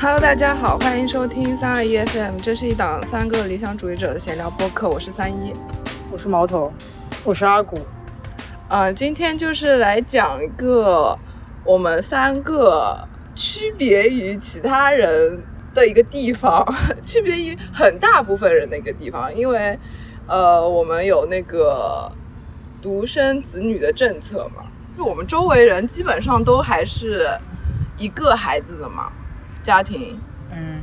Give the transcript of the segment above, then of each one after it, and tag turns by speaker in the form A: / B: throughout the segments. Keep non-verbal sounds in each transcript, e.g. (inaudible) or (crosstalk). A: Hello，大家好，欢迎收听三二一 FM，这是一档三个理想主义者的闲聊播客，我是三一。
B: 我是毛头，我是阿古。
A: 呃，今天就是来讲一个我们三个区别于其他人的一个地方， (laughs) 区别于很大部分人的一个地方，因为呃，我们有那个独生子女的政策嘛，就我们周围人基本上都还是一个孩子的嘛，家庭。
B: 嗯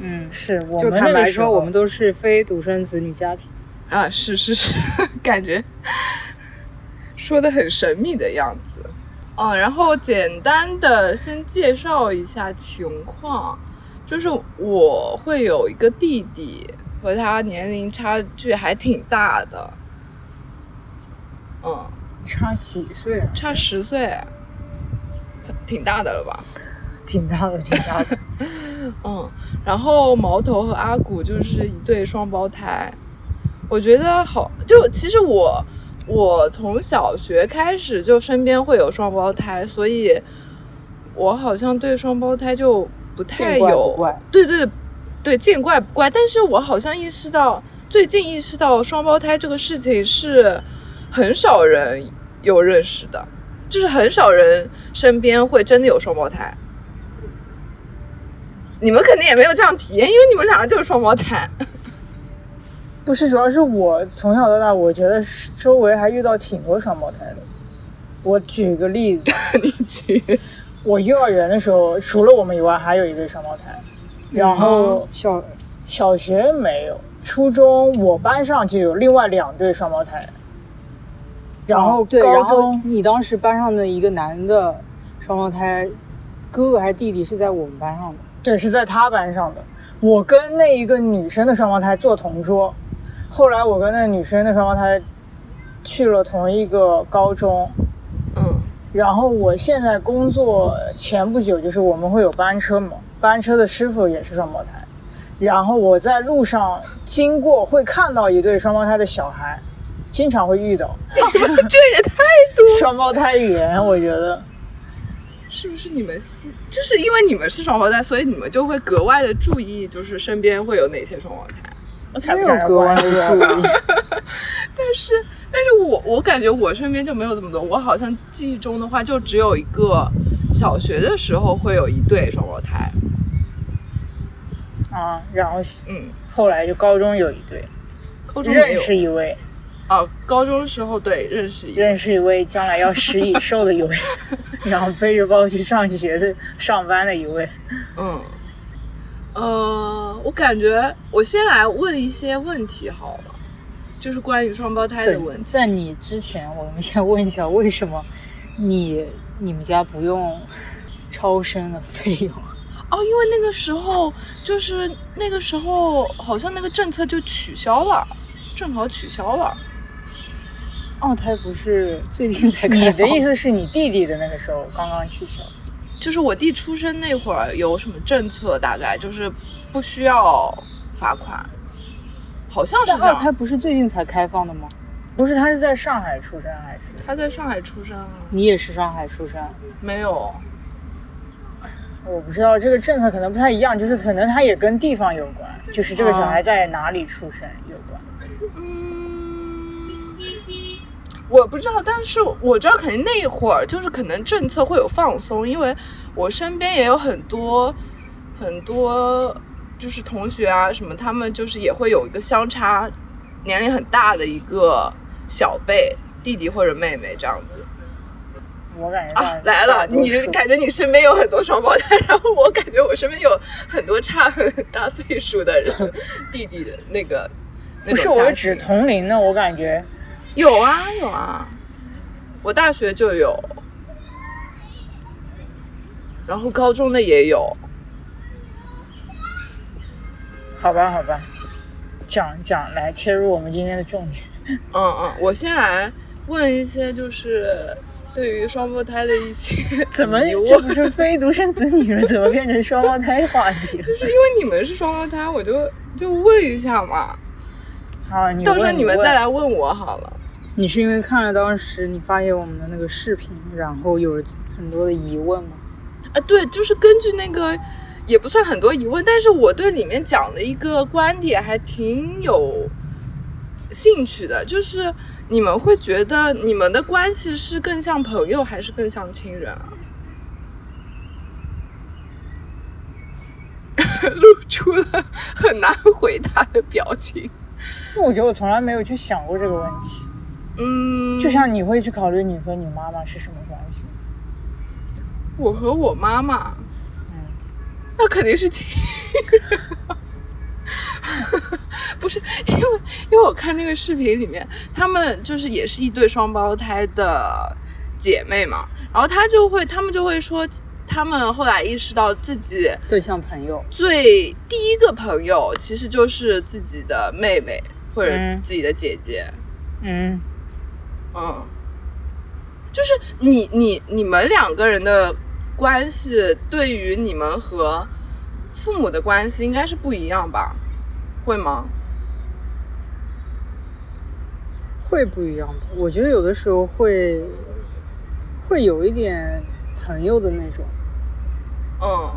C: 嗯，
B: 是我
C: 就
B: 们
C: 坦
B: 那
C: 白
B: 个时
C: 说
B: 候，
C: 我们都是非独生子女家庭。
A: 啊，是是是，感觉说的很神秘的样子。嗯，然后简单的先介绍一下情况，就是我会有一个弟弟，和他年龄差距还挺大的，嗯，
B: 差几岁啊？
A: 差十岁，挺大的了吧？
B: 挺大的，挺
C: (laughs)
B: 大的。
A: 嗯，然后毛头和阿古就是一对双胞胎，我觉得好，就其实我我从小学开始就身边会有双胞胎，所以我好像对双胞胎就不太
B: 见怪不
A: 有，
B: 怪。
A: 对对对，见怪不怪。但是我好像意识到，最近意识到双胞胎这个事情是很少人有认识的，就是很少人身边会真的有双胞胎。你们肯定也没有这样体验，因为你们两个就是双胞胎。
B: 不是，主要是我从小到大，
C: 嗯
B: 我觉得是周围还遇到挺多双胞胎的。我举个
C: (laughs)
B: 例子，
A: 你去，
B: 我幼儿园的时候，除了我们以外，还有一对双胞胎。然后
C: 小
B: 小学没有，初中我班上就有另外两对双胞胎。然后
C: 哦对，
B: 高
C: 然后
B: 中
C: 你当时班上的一个男的双胞胎哥哥还是弟弟是在我们班上的，
B: 对，是在他班上的。我跟那一个女生的双胞胎做同桌，后来我跟那女生的双胞胎去了同一个高中，
A: 嗯
B: 然后我现在工作前不久，就是我们会有班车嘛，班车的师傅也是双胞胎，然后我在路上经过会看到一对双胞胎的小孩，经常会遇到
A: 这也太
B: 双胞胎语言，我觉
C: 嗯
B: 得。
A: (laughs) 是不是你们系？就是因为你们是双胞胎，所以你们就会格外的注意，就是身边会有哪些双胞胎。
B: 我才
C: 没
B: 不
C: 有
B: 想
C: 格外
B: 关
C: 的
B: 注
C: 注意。
A: 但是，但是我我感觉我身边就没有这么多。我好像记忆中的话，就只有一个小学的时候会有一对双胞胎。
B: (laughs) 啊！然后
A: 嗯，
B: 后来就高中有一对，
A: 高中没
B: 认
A: 有
B: 识
C: (laughs)
B: 一位，
A: 啊。高中时候对认识一个
B: 认识一位将来要食蚁兽的一位， (laughs) 然后背着包去上学的、上班的一位。
A: 嗯，呃，我感觉我先来问一些问题好了，就是关于双胞胎的问题。
C: 在你之前，我们先问一下，为什么你你们家不用超生的费用？
A: 哦，因为那个时候就是那个时候好像那个政策就取消了，正好取消了。
C: 二
B: 哦
C: 胎不是最近才
B: 你
C: 开
B: 的
C: 放
B: 意思是你弟弟的那个时候刚刚取消？
A: 就是我弟出生那会儿有什么政策，大概就是不需要罚款，好像是
C: 但
A: 这
C: 二胎
A: 样。
C: 不是最近才开放的吗？
B: 不是，他是在上海出生还是？
A: 他在上海出生啊？
C: 你也是上海出生，
A: 没有，
B: 我不知道这个政策可能不太一样，就是可能他也跟地方有关，就是这个小
C: 哦
B: 孩在哪里出生有关。
A: 嗯，我不知道，但是我知道肯定那一会儿就是可能政策会有放松，因为我身边也有很多很多就是同学啊什么，他们就是也会有一个相差年龄很大的一个小辈。弟弟或者妹妹这样子
B: 我感觉
A: 啊
B: 大，
A: 来了！
B: 大多
A: 你
B: 数
A: 感觉你身边有很多双胞胎，然后我感觉我身边有很多差很大岁数的人，弟弟的那个那
B: 不是，
A: 种
B: 我
A: 家
B: 是
A: 庭
B: 指。同龄的，我感觉
A: 有啊有啊，我大学就有，然后高中的也有。
B: 好吧，好吧。讲讲来切入我们今天的重点。
A: 嗯嗯，我先来问一些就是对于双胞胎的一些 (laughs)
B: 怎么
A: 疑问，
B: 这不是非独生子女了？怎么变成双胞胎话题了？
A: 就是因为你们是双胞胎，我就就问一下嘛，
B: 啊，你
A: 到时候
B: 问
A: 你们
B: 问
A: 再来问我好了。
C: 你是因为看了当时你发给我们的那个视频，然后有了很多的疑问吗？
A: 呃啊，对，就是根据那个也不算很多疑问，但是我对里面讲的一个观点还挺有兴趣的，就是你们会觉得你们的关系是更像朋友还是更像亲人啊？ (laughs) 露出了很难回答的表情。
B: 我觉得我从来没有去想过这个问题，
A: 嗯，
B: 就像你会去考虑你和你妈妈是什么关系，
A: 我和我妈妈，
B: 嗯，
A: 那肯定是亲。 (laughs) 不是因为，因为我看那个视频里面，他们就是也是一对双胞胎的姐妹嘛，然后她就会，她们就会说，她们后来意识到自己
C: 对象朋友，
A: 最第一个朋友其实就是自己的妹妹或者
C: 嗯
A: 自己的姐姐，
C: 嗯，
A: 嗯，就是你你你们两个人的关系，对于你们和父母的关系应该是不一样吧？会吗？
C: 会不一样吧？我觉得有的时候会会有一点朋友的那种，
A: 嗯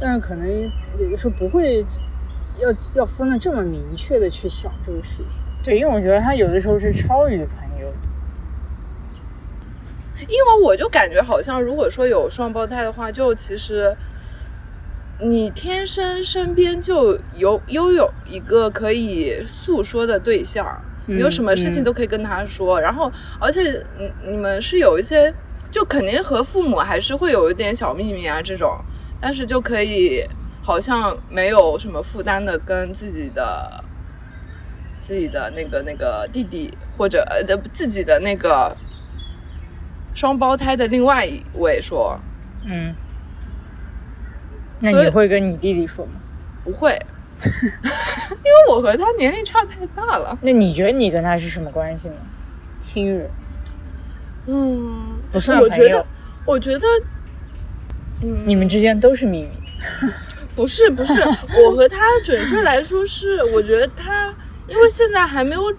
C: 但是可能有的时候不会要要分的这么明确的去想这个事情。
B: 对，因为我觉得他有的时候是超于朋友的，，
A: 因为我就感觉好像，如果说有双胞胎的话，就其实你天生身边就有拥有一个可以诉说的对象，你有什么事情都可以跟他说。然后，而且你你们是有一些，就肯定和父母还是会有一点小秘密啊这种，但是就可以好像没有什么负担的跟自己的自己的那个那个弟弟或者呃这自己的那个双胞胎的另外一位说
B: 嗯。那
A: 所以
B: 你会跟你弟弟说吗？
A: 不
C: (laughs)
A: 会，因为我和他年龄差太大了。
B: 那你觉得你跟他是什么关系呢？
C: 亲人，
A: 嗯，
B: 不算
A: 我
B: 朋
A: 觉得
B: 友，
A: 我觉得，嗯，
B: 你们之间都是秘密。
A: 不是
C: (laughs)
A: 不是，我和他准确来说是，我觉得他因为现在还没有，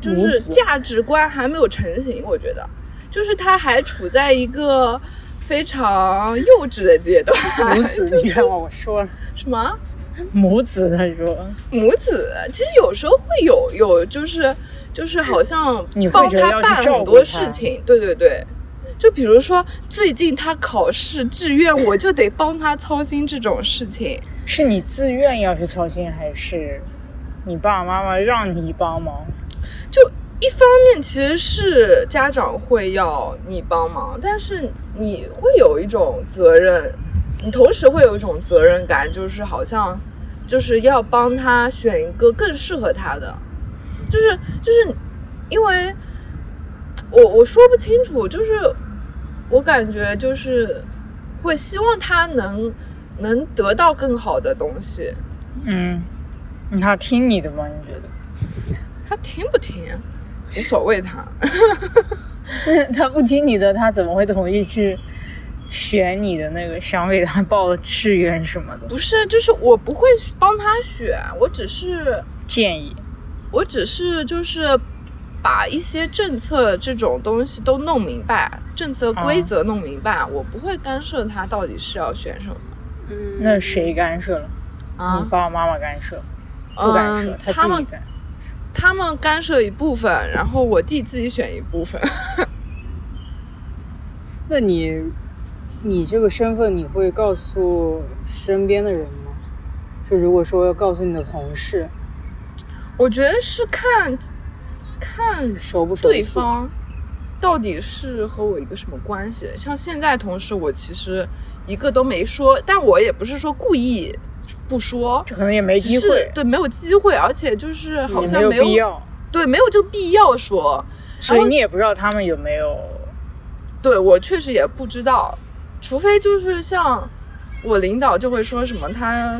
A: 就
C: 母
A: 是
C: 子
A: 价值观还没有成型，我觉得，就是他还处在一个非常幼稚的阶
C: (laughs)
A: 段。
C: 母子，你知道吗？我说了，
A: 什么
B: 母子，他说
A: 母子？其实有时候会有有，就是就是好像
B: 你会
A: 帮
B: 觉得要去
A: 办
B: 照
A: 很
B: 顾
A: 多
B: 他
A: 事情，对对对。就比如说，最近他考试志愿，我就得帮他操心这种事情。
B: 是你自愿要去操心，还是你爸爸妈妈让你帮忙？
A: 就一方面其实是家长会要你帮忙，但是你会有一种责任，你同时会有一种责任感，就是好像就是要帮他选一个更适合他的，就是就是因为我我说不清楚，就是我感觉就是会希望他能能得到更好的东西，
B: 嗯，他听你的吗？你觉得？
A: 他听不听无所谓他。
B: (laughs) 他不听你的，他怎么会同意去选你的那个想给他报的志愿什么的
A: 不是，就是我不会帮他选，我只是
B: 建议？
A: 我只是就是把一些政策这种东西都弄明白，政策规
B: 啊
A: 则弄明白，我不会干涉他到底是要选什么
C: 嗯，
B: 那谁干涉了？你
A: 啊。
B: 爸爸妈妈干涉？嗯不干涉，
A: 嗯，
B: 他
A: 他
B: 自己
A: 们
B: 干。
A: 他们干涉一部分，然后我弟自己选一部分。 (laughs)
C: 那你，你这个身份你会告诉身边的人吗？就如果说要告诉你的同事，
A: 我觉得是看看
C: 熟不熟悉
A: 对方到底是和我一个什么关系？像现在同事，我其实一个都没说，但我也不是说故意不说，
B: 这可能也没
A: 只
B: 机
A: 是
B: 会，
A: 对没有机会，而且就是好
B: 也
A: 像
B: 没有
A: 没有
B: 必要，
A: 对没有这个必要说。
B: 所以你也不知道他们有没有。
A: 对我确实也不知道，除非就是像我领导就会说什么他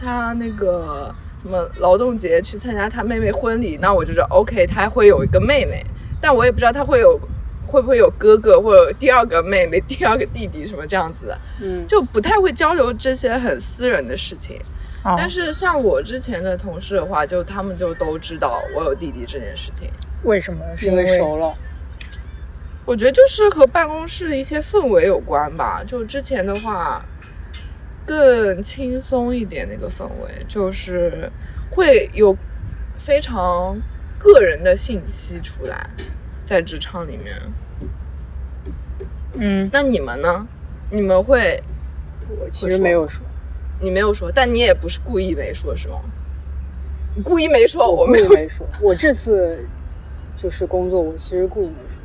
A: 他那个什么劳动节去参加他妹妹婚礼，那我就知道 OK 他会有一个妹妹，但我也不知道他会有会不会有哥哥或者第二个妹 (laughs) 妹、第二个弟弟什么这样子的，
C: 嗯，
A: 就不太会交流这些很私人的事情。
B: 啊
A: 但是像我之前的同事的话，就他们就都知道我有弟弟这件事情。
B: 为什么？是
C: 因为熟了，
A: 我觉得就是和办公室的一些氛围有关吧。就之前的话，更轻松一点的一个氛围，就是会有非常个人的信息出来，在职场里面。
B: 嗯，
A: 那你们呢？你们会，
C: 我其实没有说，
A: 你没有说，但你也不是故意没说，是吗？你故意没说，我
C: 故
A: 没有
C: 意。没说。我这次就是工作，我其实故意没说，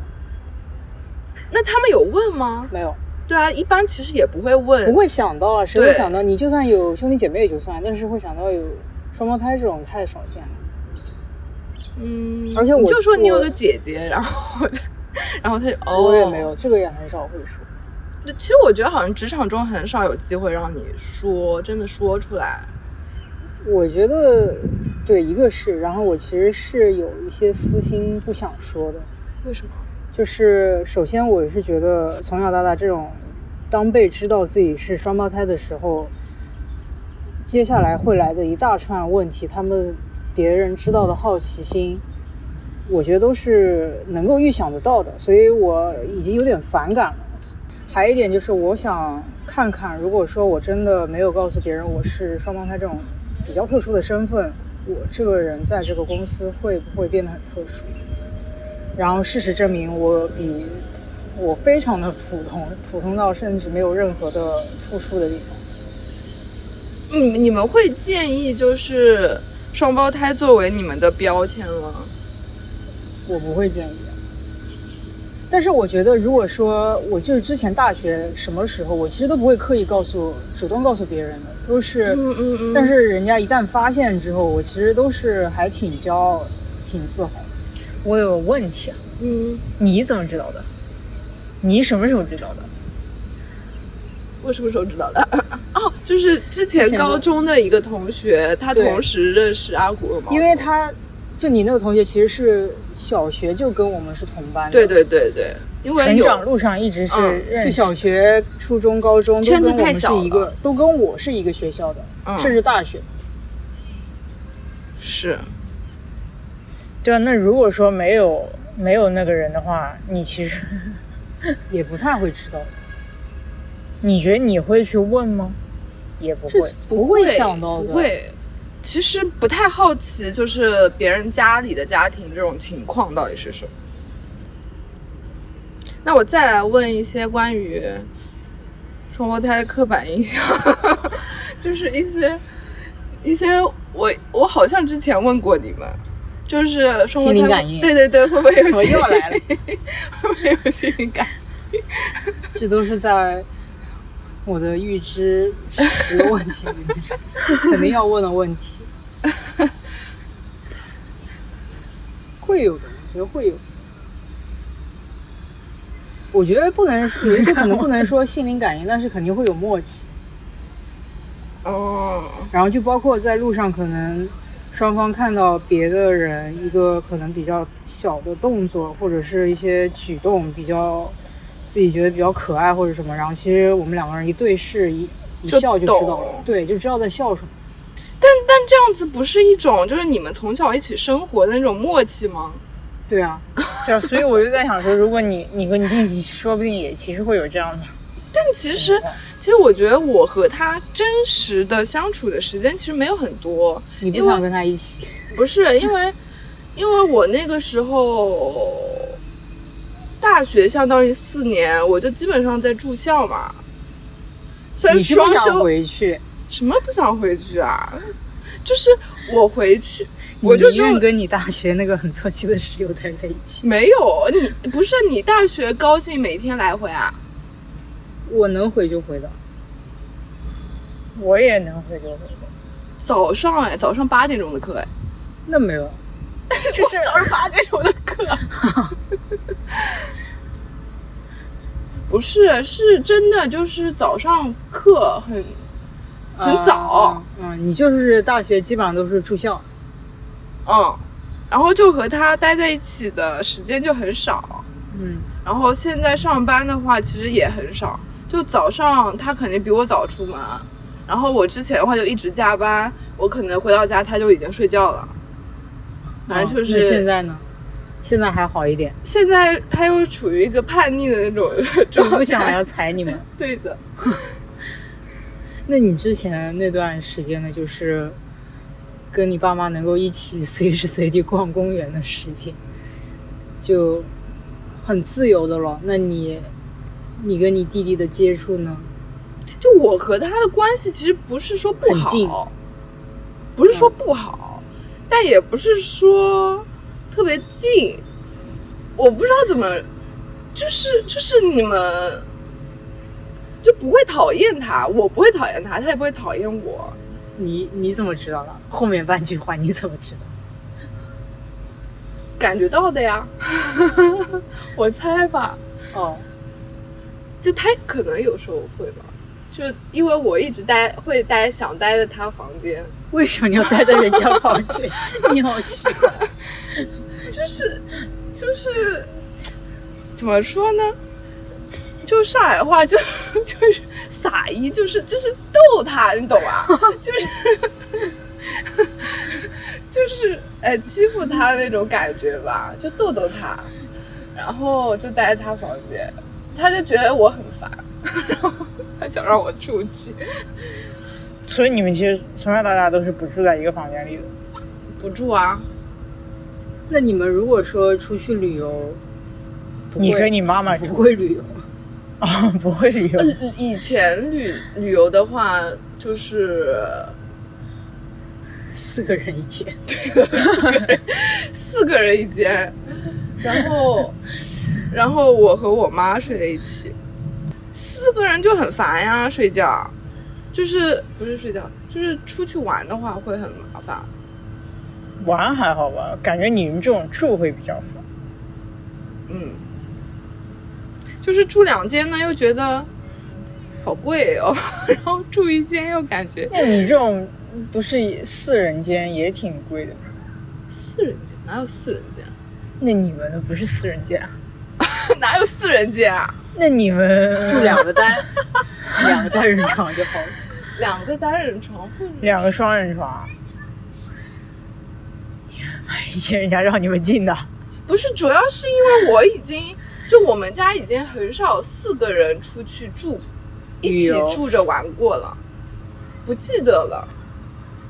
A: 那他们有问吗？
C: 没有，
A: 对啊，一般其实也不会问。
C: 不会想到啊，谁会
A: 对
C: 想到？你就算有兄弟姐妹也就算，但是会想到有双胞胎这种太少见了。
A: 嗯，
C: 而且我
A: 你就说你有
C: 我
A: 个姐姐，然后然后他就哦，
C: 我也没。有，这个也很少会说。
A: 其实我觉得好像职场中很少有机会让你说真的说出来。
C: 我觉得对，一个是，然后我其实是有一些私心不想说的，
A: 为什么？
C: 就是首先我是觉得从小到大这种，当被知道自己是双胞胎的时候，接下来会来的一大串问题，他们别人知道的好奇心，我觉得都是能够预想得到的，所以我已经有点反感了。还有一点就是，我想看看，如果说我真的没有告诉别人我是双胞胎这种比较特殊的身份，我这个人在这个公司会不会变得很特殊？然后事实证明，我比我非常的普通，普通到甚至没有任何的突出的地方。
A: 你你们会建议就是双胞胎作为你们的标签吗？
C: 我不会建议的。但是我觉得，如果说我就是之前大学什么时候，我其实都不会刻意告诉、主动告诉别人的，都是。
A: 嗯嗯嗯。
C: 但是人家一旦发现之后，我其实都是还挺骄傲、挺自豪。
B: 我有问题啊，
A: 嗯，
B: 你怎么知道的？你什么时候知道的？
A: 我什么时候知道的？ (laughs) 哦，就是之前
C: 前
A: 高
C: 的
A: 中的一个同学，他
C: 对
A: 同时认识阿古和毛，
C: 因为他，就你那个同学，其实是小学就跟我们是同班的。
A: 对对对对，因为
B: 成
A: 有
B: 长路上一直是
A: 嗯
B: 认识、
C: 就小学、初中、高中都
A: 圈子
C: 跟我
A: 太
C: 们
A: 小
C: 是一个，都跟我是一个学校的，
A: 嗯
C: 甚至大学。
A: 是
B: 对啊，那如果说没有没有那个人的话，你其实
C: 也不太会
A: (laughs)
C: 知道，
B: 你觉得你会去问吗？也不会
C: 这。不会想到的。
A: 不会。其实不太好奇，就是别人家里的家庭这种情况到底是什么。那我再来问一些关于双胞胎的刻板印象， (laughs) 就是一些一些我我好像之前问过你们，就是双胞
C: 心灵
A: 胎
C: 感应
A: 对对对，会不会有
C: 怎么
A: 心
C: 又来了？
A: 会不会有心灵感？
C: 这都是在我的预知十个问题里面，肯定要问的问题。会有的，我觉得会有。我觉得不能，有一些可能不能说心灵感应，但是肯定会有默契。
A: 哦，
C: 然后就包括在路上，可能双方看到别的人一个可能比较小的动作，或者是一些举动比较自己觉得比较可爱或者什么，然后其实我们两个人一对视一一
A: 就
C: 笑就知道
A: 懂
C: 了，对，就知道在笑什么。
A: 但但这样子不是一种就是你们从小一起生活的那种默契吗？
C: 对啊，
B: (laughs) 对啊，所以我就在想说，如果你你和你弟弟，说不定也其实会有这样的。
A: 但其实，其实我觉得我和他真实的相处的时间其实没有很多，
C: 你
A: 因为
C: 不想跟他一起，
A: 不是因为，因为我那个时候大学相当于四年，我就基本上在住校嘛。虽然
C: 你是不
A: 双
C: 想
A: 休，
C: 回去，
A: 什么不想回去啊？就是我回去，
C: 你
A: 我就
C: 宁
A: 就
C: 愿跟你大学那个很错气的室友待在一起。
A: 没有你，不是你大学高兴每天来回啊？
C: 我能回就回的，
B: 我也能会就会，
A: 早上哎，早上八点钟的课哎，
C: 那没有。
B: 就是
A: 早上八点钟的课。 (laughs) 不是，是真的，就是早上课很很早，
C: 嗯，嗯，你就是大学基本上都是住校，
A: 嗯，然后就和他待在一起的时间就很少。
C: 嗯，
A: 然后现在上班的话，其实也很少。就早上他肯定比我早出门，然后我之前的话就一直加班，我可能回到家他就已经睡觉了。反正就
C: 哦那
A: 是、
C: 现在呢？现在还好
A: (laughs)
C: 一点，
A: 现在他又处于一个叛逆的那种 (laughs)
C: 就
A: 状态。
C: 不想要踩你们。
A: 对的，
C: 那你之前那段时间呢，就是跟你爸妈能够一起随时随地逛公园的时间，就很自由的了。那你，你跟你弟弟的接触呢？
A: 就我和他的关系其实不是说不
C: 很近
A: 好，不是说不好，但也不是说特别近。我不知道怎么，就是就是你们就不会讨厌他，我不会讨厌他，他也不会讨厌我。
C: 你你怎么知道了？后面半句话你怎么知道？
A: 感觉到的呀， (laughs) 我猜吧，
C: 哦，
A: 就他可能有时候会吧，就因为我一直待会待想待在他房间，
C: 为什么你要待在人家房间？你好奇怪。
A: 就是就是怎么说呢？就上海话就 (laughs) 就是撒一，就是就是逗他，你懂吧？就是 (laughs) 就是呃欺负他的那种感觉吧，就逗逗他，然后就待在他房间，他就觉得我很烦，然后他想让我出去，
B: (laughs) 所以你们其实从小到大都是不住在一个房间里的。
A: 不住啊，
C: 那你们如果说出去旅游，不会
B: 你跟你妈妈
C: 不
B: 住
C: 会旅游，
B: 啊？ (laughs) 不会旅游
A: 呃，以前旅旅游的话就是。
C: 四个人一 (laughs) 间，
A: 四个人一间，然后 (laughs) 然后我和我妈睡在一起，四个人就很烦呀，睡觉，就是不是睡觉，就是出去玩的话会很麻烦。
B: 玩还好吧？感觉你们这种住会比较 (laughs) 烦。
A: 嗯，就是住两间呢，又觉得好贵哦， (laughs) 然后住一间又感觉哎
B: 那你这种不是四人间也挺贵的？
A: 四人间哪有四人间， (laughs)
B: 那你们的不是四人间啊？
A: 哪有四人间啊？
B: 那你们 (laughs)
C: 住两个单，两个单人床就好了。
A: 两个单人床会
B: 两个双人床啊？ (laughs) 以前哎人家让你们进的，
A: 不是，主要是因为我已经就我们家已经很少四个人出去住，一
C: 旅
A: 起
C: 游
A: 住着玩过了，不记得了，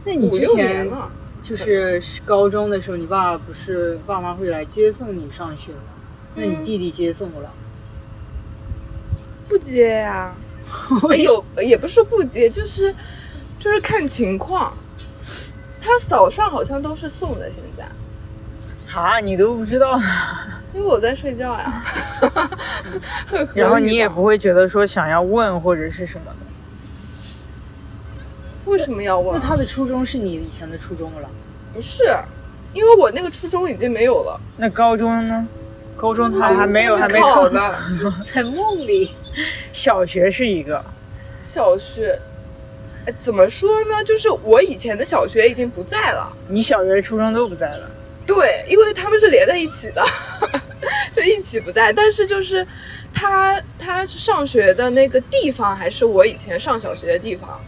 C: 那你
A: 五
C: 之
A: 六年
C: 前
A: 了。
C: 就是高中的时候，你爸不是爸妈会来接送你上学吗？那你
A: 嗯
C: 弟弟接送不了，
A: 不接呀、 (laughs) 哎有也不是说不接，就是就是看情况。他早上好像都是送的，现在
B: 哈，啊你都不知道，
A: 因为我在睡觉呀。很合理吧
B: (laughs) 然后你也不会觉得说想要问或者是什么的。
A: 为什么要
C: 那
A: 问？
C: 他的初中是你以前的初中了。
A: 不是，因为我那个初中已经没有了，
B: 那高中呢？
C: 高中
B: 他还没有还没
A: 考
B: 考
A: 呢。
C: (laughs) 在梦里，
B: 小学是一个，
A: 小学，哎怎么说呢？就是我以前的小学已经不在了，
B: 你小学、初中都不在了。
A: 对，因为他们是连在一起的， (laughs) 就一起不在。但是就是他他上学的那个地方还是我以前上小学的地方，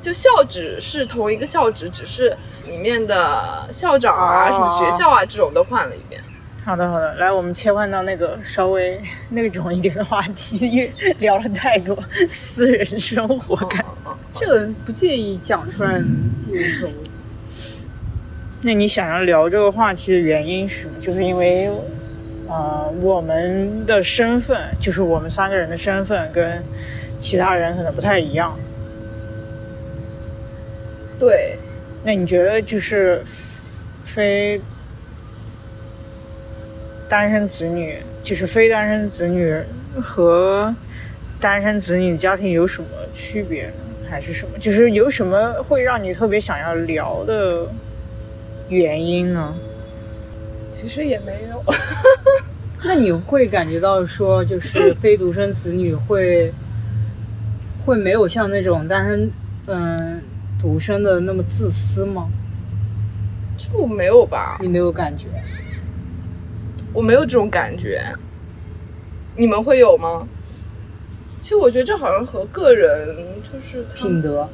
A: 就校址是同一个校址，只是里面的校长啊、
B: 哦
A: 什么学校啊这种都换了一遍。
B: 好的，好的，来，我们切换到那个稍微 (laughs) 那种一点的话题，因为聊了太多私人生活
A: 嗯
B: 感。
A: 嗯嗯
C: 这个不介意讲出来，无所谓。
B: 那你想要聊这个话题的原因是什么？就是因为，呃，我们的身份，就是我们三个人的身份跟其他人可能不太一样。
A: 对，
B: 那你觉得就是非单身子女，就是非单身子女和单身子女家庭有什么区别呢？还是什么？就是有什么会让你特别想要聊的原因呢？
A: 其实也没有。 (laughs)
C: 那你会感觉到说，就是非独生子女会 (coughs) 会没有像那种单身嗯独生的那么自私吗？
A: 就没有吧，
C: 你没有感觉？
A: 我没有这种感觉，你们会有吗？其实我觉得这好像和个人就是他
C: 品
A: 们
C: 德，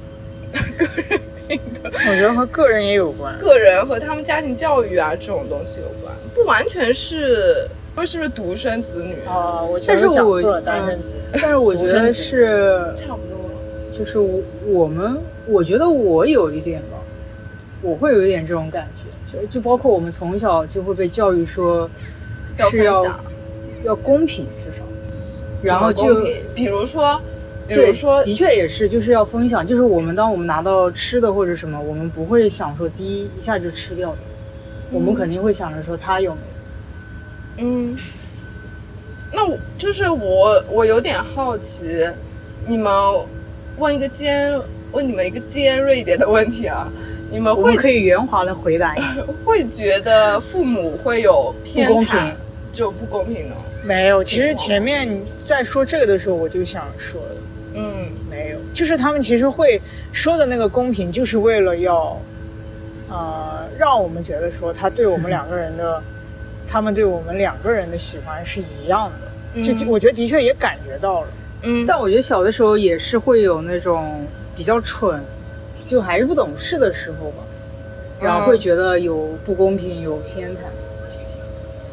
B: 我觉得和个人也有关。
A: 个人和他们家庭教育啊这种东西有关，不完全是说是不是独生
C: 哦
A: 子女，
B: 啊，我嗯
C: 但是
B: 讲
C: 我
A: 嗯
B: 错了单身子，
C: 但是我觉
B: 独生
C: 得
B: 子
C: 是
A: 差不多。
C: 就是我我们，我觉得我有一点吧，我会有一点这种感觉，就就包括我们从小就会被教育说
A: 要
C: 是
A: 分
C: 要
A: 享，
C: 要公平至少，然后
A: 怎么
C: 就
A: 公平比如说，比
C: 对，
A: 如说
C: 的确也是，就是要分享。就是我们当我们拿到吃的或者什么，我们不会想说第一一下就吃掉的，我们肯定会想着说他有没有。
A: 嗯，那我就是我，我有点好奇，你们问一个尖，问你们一个尖锐一点的问题啊，你们
C: 我们
A: 会
C: 可以圆滑的回答一下，
A: 会觉得父母会有偏
C: 不公
A: 袒
C: 平，
A: 就不公平的？
B: 没有，其实前面你在说这个的时候，我就想说了，
A: 嗯
B: 没有，就是他们其实会说的那个公平，就是为了要，呃，让我们觉得说他对我们两个人的，他们对我们两个人的喜欢是一样
C: 嗯
B: 的，嗯就就我觉得的确也感觉到了，
A: 嗯，
C: 但我觉得小的时候也是会有那种比较蠢，就还是不懂事的时候吧，然后会觉得有不公平，有偏袒。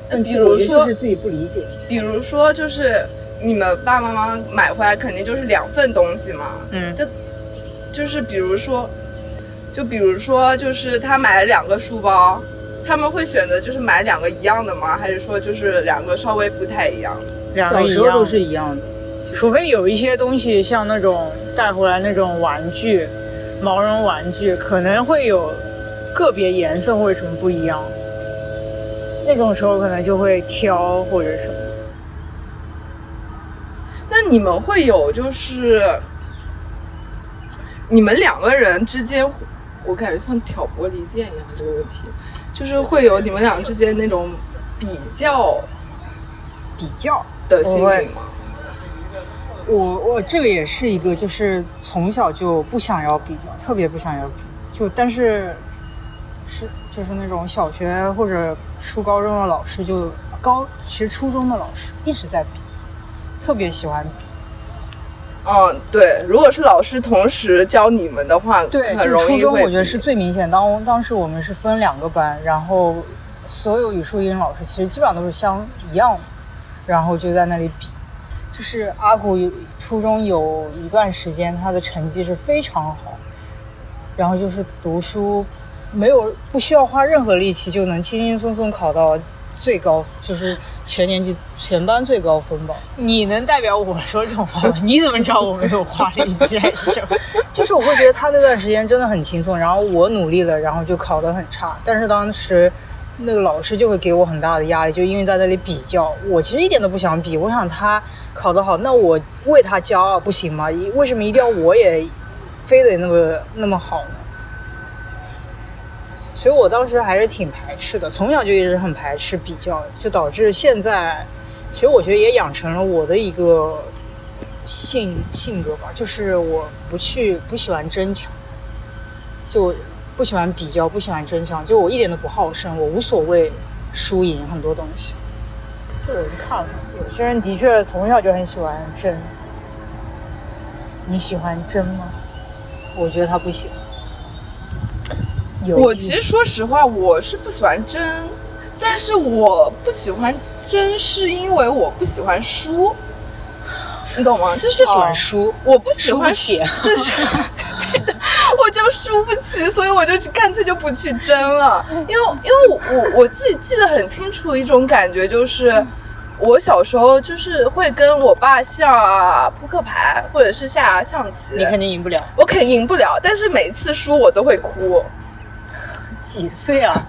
C: 但其实我觉得就是自己不理解，
A: 比如说就是你们爸爸妈妈买回来肯定就是两份东西嘛，
B: 嗯
A: 就是比如说，就比如说，就是他买了两个书包，他们会选择就是买两个一样的吗？还是说就是两个稍微不太一样？
B: 两个
C: 小
B: 一
C: 时候
B: 样
C: 都
B: 的，
C: 是一样的。
B: 除非有一些东西像那种带回来那种玩具，毛绒玩具可能会有个别颜色或者什么不一样，那种时候可能就会挑或者什么。
A: 那你们会有就是你们两个人之间，我感觉像挑拨离间一样这个问题，就是会有你们俩之间那种比较
C: 比较，
A: 的心
B: 不会
A: 理吗？
C: 我我这个也是一个，就是从小就不想要比较，特别不想要比，就但是是就是那种小学或者初高中的老师就高，其实初中的老师一直在比，特别喜欢比，
A: 嗯，对，如果是老师同时教你们的话，很
C: 就是
A: 容
C: 初
A: 易
C: 中
A: 会
C: 我觉得
A: 比
C: 是最明显。当当时我们是分两个班，然后所有语数英老师其实基本上都是相一样的，然后就在那里比。就是阿古有初中有一段时间，他的成绩是非常好，然后就是读书没有不需要花任何力气就能轻轻松松考到最高，就是全年级全班最高分吧。
B: 你能代表我说这种话吗？你怎么知道我没有花力气
C: 啊
B: 还是什么？
C: (laughs) 就是我会觉得他那段时间真的很轻松，然后我努力了，然后就考得很差。但是当时那个老师就会给我很大的压力，就因为在那里比较。我其实一点都不想比，我想他考得好，那我为他骄傲不行吗？一为什么一定要我也非得那么那么好呢？所以我当时还是挺排斥的，从小就一直很排斥比较，就导致现在，其实我觉得也养成了我的一个性性格吧，就是我不去不喜欢争抢，就不喜欢比较，不喜欢争抢，就我一点都不好胜，我无所谓输赢很多东西。
B: 这人看了， (laughs) 有些人的确从小就很喜欢争。你喜欢争吗？
C: 我觉得他不喜欢。有
A: 我
C: 意
A: 其实说实话，我是不喜欢争，但是我不喜欢争是因为我不喜欢输，你懂吗？就是
C: 不喜欢输，
A: 我不喜欢
C: 输不起
A: 对，输对的我就输不起，所以我就干脆就不去争了。因为因为我我我自己记得很清楚一种感觉，就是我小时候就是会跟我爸下扑克牌，或者是下象棋
C: 你，肯定赢不了。
A: 我肯定赢不了，但是每次输我都会哭。
C: 几岁啊？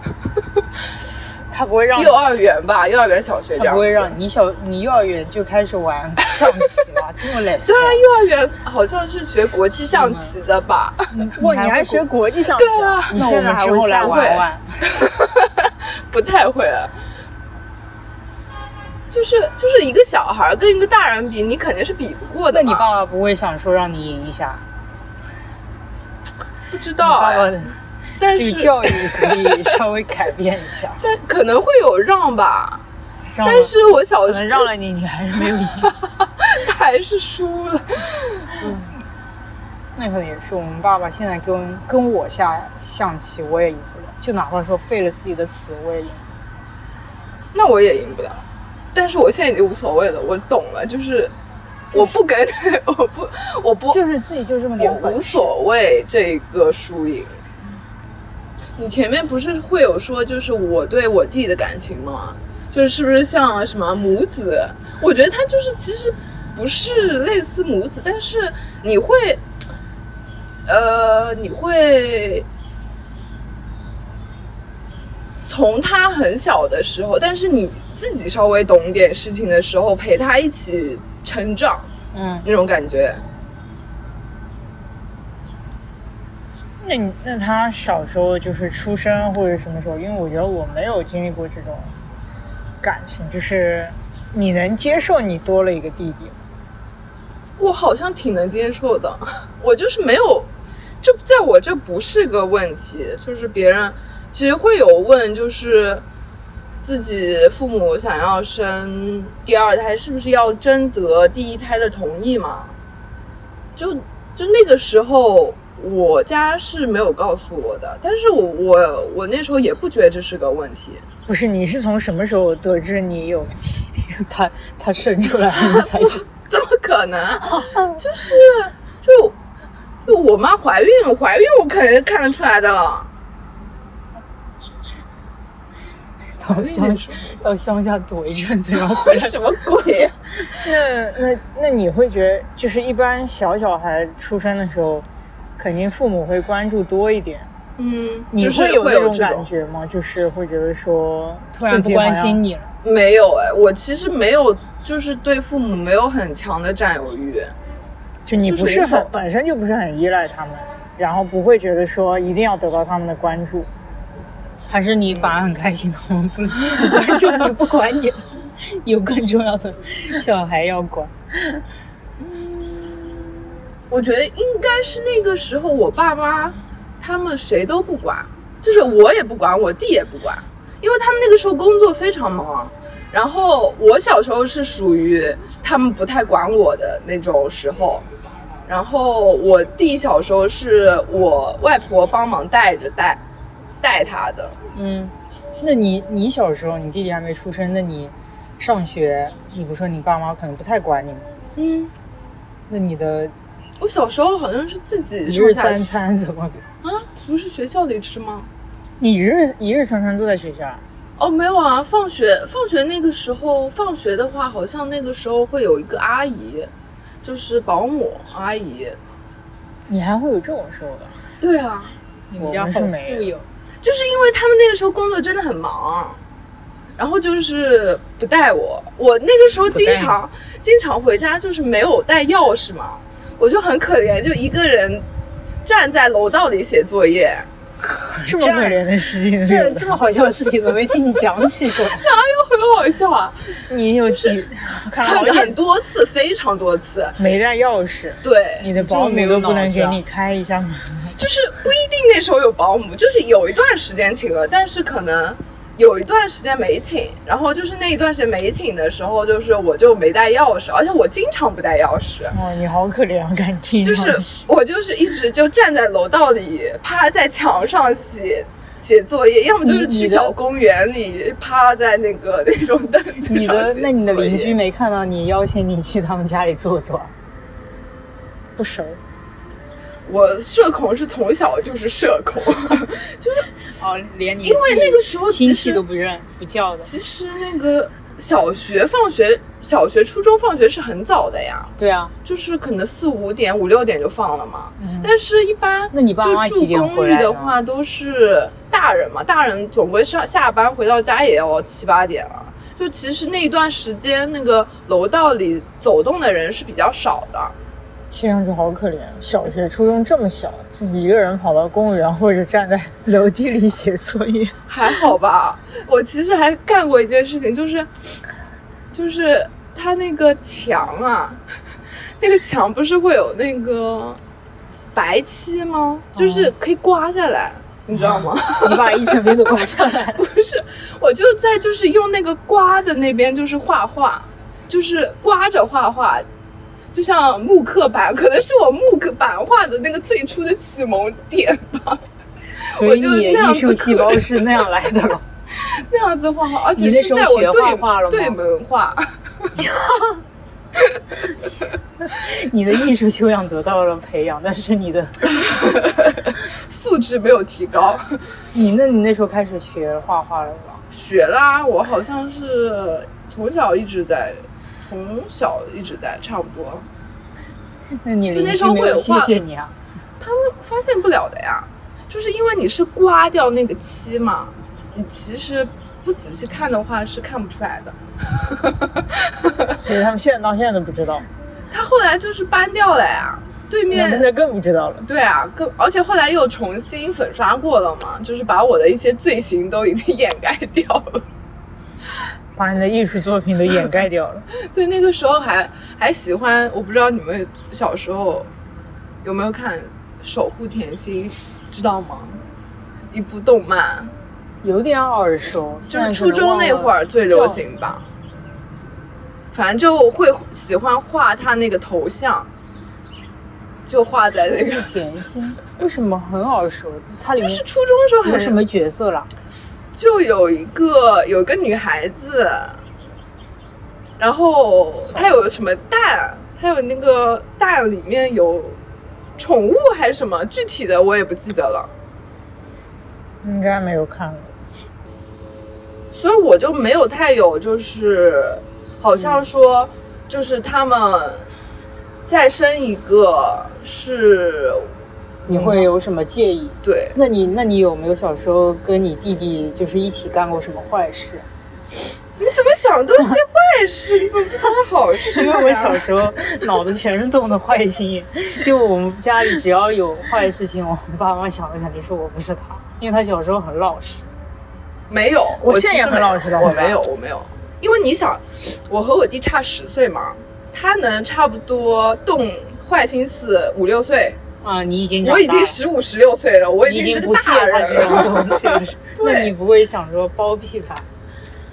B: 他不会让你
A: 幼儿园吧，幼儿园、小学这
C: 他
A: 样
C: 不
A: 子。
C: 会让你小你幼儿园就开始玩象棋了，这么累。
A: 对啊，幼儿园好像是学国际象棋的吧？
B: 哇，
C: 你还
B: 你还
C: 会
B: 学
C: 国
B: 国际象棋？
A: 对啊
B: 你
C: 那我
B: 现在
C: 们
B: 还
C: 之
B: 会
C: 后来
B: 下
A: 会
C: 玩玩。
A: (laughs) 不太会啊。就是就是一个小孩儿跟一个大人比，你肯定是比不过的
C: 那
A: 嘛。
C: 你爸爸不会想说让你赢一下？
A: 不知
C: 你
A: 道
C: (laughs) 爸爸
A: 哎，
C: 的
A: 但
C: 这
A: 是
C: 个教育可以稍微改变一 (laughs) 下。
A: 但可能会有让吧。
B: 让
A: 但是我小
B: 可
A: 时
B: 能
A: 候
B: 让了你，你还是没有赢。
A: (laughs) 还是输了。
C: 那可能也是我们爸爸现在跟跟我下象棋，我也赢不了，就哪怕说废了自己的子，我也赢。
A: 那我也赢不了，但是我现在已经无所谓了，我懂了，就是我不跟， (laughs) 我不，我不，
C: 就是自己就这么
A: 我
C: 点本
A: 无
C: 事。
A: 所谓这个输赢。你前面不是会有说，就是我对我弟的感情吗？就是是不是像什么母子？我觉得他就是其实不是类似母子，但是你会，呃，你会从他很小的时候，但是你自己稍微懂点事情的时候，陪他一起成长
B: 嗯，
A: 那种感觉。
B: 那你那他小时候就是出生或者什么时候？因为我觉得我没有经历过这种感情，就是你能接受你多了一个弟弟吗，
A: 我好像挺能接受的，我就是没有，这在我这不是个问题，就是别人其实会有问，就是自己父母想要生第二胎，是不是要征得第一胎的同意嘛？就就那个时候，我家是没有告诉我的，但是我我我那时候也不觉得这是个问题，
B: 不是？你是从什么时候得知你有弟弟？ (laughs)
C: 他他生出来了你才知道
A: (laughs) 怎么可能？就是就就我妈怀孕，怀孕我肯定看得出来的了。
C: 到乡下到乡下躲一阵子，然后回来。
A: (laughs) 什么鬼、啊
B: 那那那你会觉得，就是一般小小孩出生的时候，肯定父母会关注多一点。
A: 嗯，
B: 你
A: 就是
B: 会有
A: 会
B: 那
A: 有
B: 种
A: 这
B: 感
A: 种。
B: 觉吗？就是会觉得说
C: 突然不关心 (laughs) 你了，
A: 没有哎，我其实没有，就是对父母没有很强的占有欲。
B: 就你不
A: 就是
B: 是
A: 无所
B: 很本身就不是很依赖他们，然后不会觉得说一定要得到他们的关注。
C: 还是你反而很开心的？我们不不关注你，不管你，有更重要的小孩要管。
A: 我觉得应该是那个时候，我爸妈他们谁都不管，就是我也不管，我弟也不管，因为他们那个时候工作非常忙。然后我小时候是属于他们不太管我的那种时候，然后我弟小时候是我外婆帮忙带着带带他的，
C: 嗯，那你你小时候，你弟弟还没出生，那你上学，你不说你爸妈可能不太管你吗？
A: 嗯。
C: 那你的
A: 我小时候好像是自己
C: 一
A: 上
C: 日
A: 下
C: 三餐怎么？
A: 啊，不是学校里吃吗？
B: 你一日一日三餐都在学校啊，
A: 哦，没有啊，放学放学那个时候，放学的话，好像那个时候会有一个阿姨，就是保姆阿姨。
B: 你还会有这种时候的？
A: 对啊，
C: 你
B: 们家好富有，
A: 就是因为他们那个时候工作真的很忙，然后就是不带我。我那个时候经常经常回家，就是没有带钥匙嘛，我就很可怜，就一个人站在楼道里写作业。
B: 这么可
C: (laughs)
B: 怜的事情都有
C: 这
B: 的，
C: 这么好笑的事情，我没听你讲起过。
A: (laughs) 很好笑啊，
B: 你有几？
C: (laughs)
B: 看来我也
A: 很很多次，非常多次。
B: 没带钥匙，
A: 对，
B: 你的保
C: 这
B: 姆
C: 么没
B: 都
C: 有
B: 不能
C: 脑子
B: 给
C: 啊
B: 你开一下门。
A: 就是不一定那时候有保姆，就是有一段时间请了，但是可能有一段时间没请，然后就是那一段时间没请的时候，就是我就没带钥匙，而且我经常不带钥匙，
B: 哇，你好可怜啊，敢听吗？
A: 就是我就是一直就站在楼道里，趴在墙上写。写作业，要么就是
C: 你你
A: 去
C: 的
A: 小公园里趴在那个那种凳子上
C: (laughs) 你的
A: 写
C: 那你的
A: 作业
C: 邻居没看到你邀请你去他们家里坐坐？啊
B: 不熟。
A: 我社恐是从小就是社恐， (laughs)
C: 哦，连你
A: 因为那个时候其
C: 亲
A: 实
C: 戚都不认不叫的。
A: 其实那个小学放学、小学、初中放学是很早的呀，
C: 对啊，
A: 就是可能四五点、五六点就放了嘛。但是，一般
C: 嗯那你爸妈
A: 就住
C: 几点
A: 公
C: 回
A: 寓
C: 来
A: 的
C: 呢
A: 话，都是大人嘛，大人总归上下班回到家也要七八点了。就其实那一段时间，那个楼道里走动的人是比较少的。
B: 听上去好可怜，小学、初中这么小，自己一个人跑到公园或者站在楼梯里写作业，
A: 还好吧。我其实还干过一件事情，就是就是它那个墙啊，那个墙不是会有那个白漆吗？就是
C: 哦
A: 可以刮下来，你知道吗？
C: (laughs) 你把一整面都刮下
B: (laughs)
C: 来了。
A: (laughs) 不是，我就在就是用那个刮的那边就是画画，就是刮着画画。就像木刻板，可能是我木刻版画的那个最初的启蒙点吧，
C: 所以
A: 就
C: 你也
A: 那样
C: 艺
A: 子
C: 术细胞是那样 (laughs) 来的了。
A: 那样子画画，而且
C: 你那
A: 是
C: 时候
A: 在我
C: 学
A: 对
C: 画画了吗
A: 对门画。
C: 你的艺术修养得到了培养，但是你的
A: 素质没有提高。
C: 你那你那时候开始学画画了吗？
A: 学啦，我好像是从小一直在，从小一直在，差不多。
C: 那你
A: 就那
C: 邻
A: 时
C: 居
A: 候
C: 没
A: 会有
C: 有谢
A: 画
C: 谢你啊？
A: 他们发现不了的呀，就是因为你是刮掉那个漆嘛，你其实不仔细看的话是看不出来的。 (laughs)
B: 所以他们现在到现在都不知道，
A: 他后来就是搬掉了呀，对
C: 啊
B: 那现
A: 面。
B: 在更不知道了。
A: 对啊，更而且后来又重新粉刷过了嘛，就是把我的一些罪行都已经 (laughs) 掩盖掉了。
B: 把你的艺术作品都掩盖掉了。
A: 对，那个时候还还喜欢，我不知道你们小时候有没有看《守护甜心》，知道吗？一部动漫，
C: (laughs) 有点耳熟，
A: 就
C: 现在
A: 是
C: 可
A: 初
C: 能
A: 中
C: 忘
A: 那
C: 了
A: 会儿最流行吧。反正就会喜欢画他那个头像，就画在那
C: 叫
A: 个，
C: 甜心，为什么很耳熟？它里
A: 就
C: 面
A: 是初中的时候
C: 有什
A: 很，
C: 么角色啦？
A: 就有一个有一个女孩子，然后她有什么蛋，她有那个蛋里面有宠物还是什么，具体的我也不记得了。
B: 应该没有看过。
A: 所以我就没有太有，就是好像说，就是他们再生一个是，
C: 你会有什么介意？
A: 对，
C: 那你那你有没有小时候跟你弟弟就是一起干过什么坏
A: (laughs)
C: 事？
A: 你怎么想都是些坏事，你怎么不想想好事、啊？
C: (laughs) 因为我小时候脑子全是动的坏心眼，就我们家里只要有坏事情，我爸妈想的肯定是我不是他，因为他小时候很老实。
A: 没有，
B: 我
A: 其
B: 现在
A: 实
B: 也很
A: 没有
B: 老实的
A: 我
B: 好吧
A: 没有，我没有，因为你想，我和我弟差十岁嘛，他能差不多动坏心思五六岁，
C: 啊，你已经长
A: 我已
C: 大
A: 经
C: 了
A: 十五十六岁了，我
C: 你已
A: 经
C: 经
A: 是
C: 不
A: 个
C: 屑
A: 大
C: 他
A: 人
C: 这种
A: 了，
C: 东
A: (laughs)
C: 西了，是那你不会想说包庇他？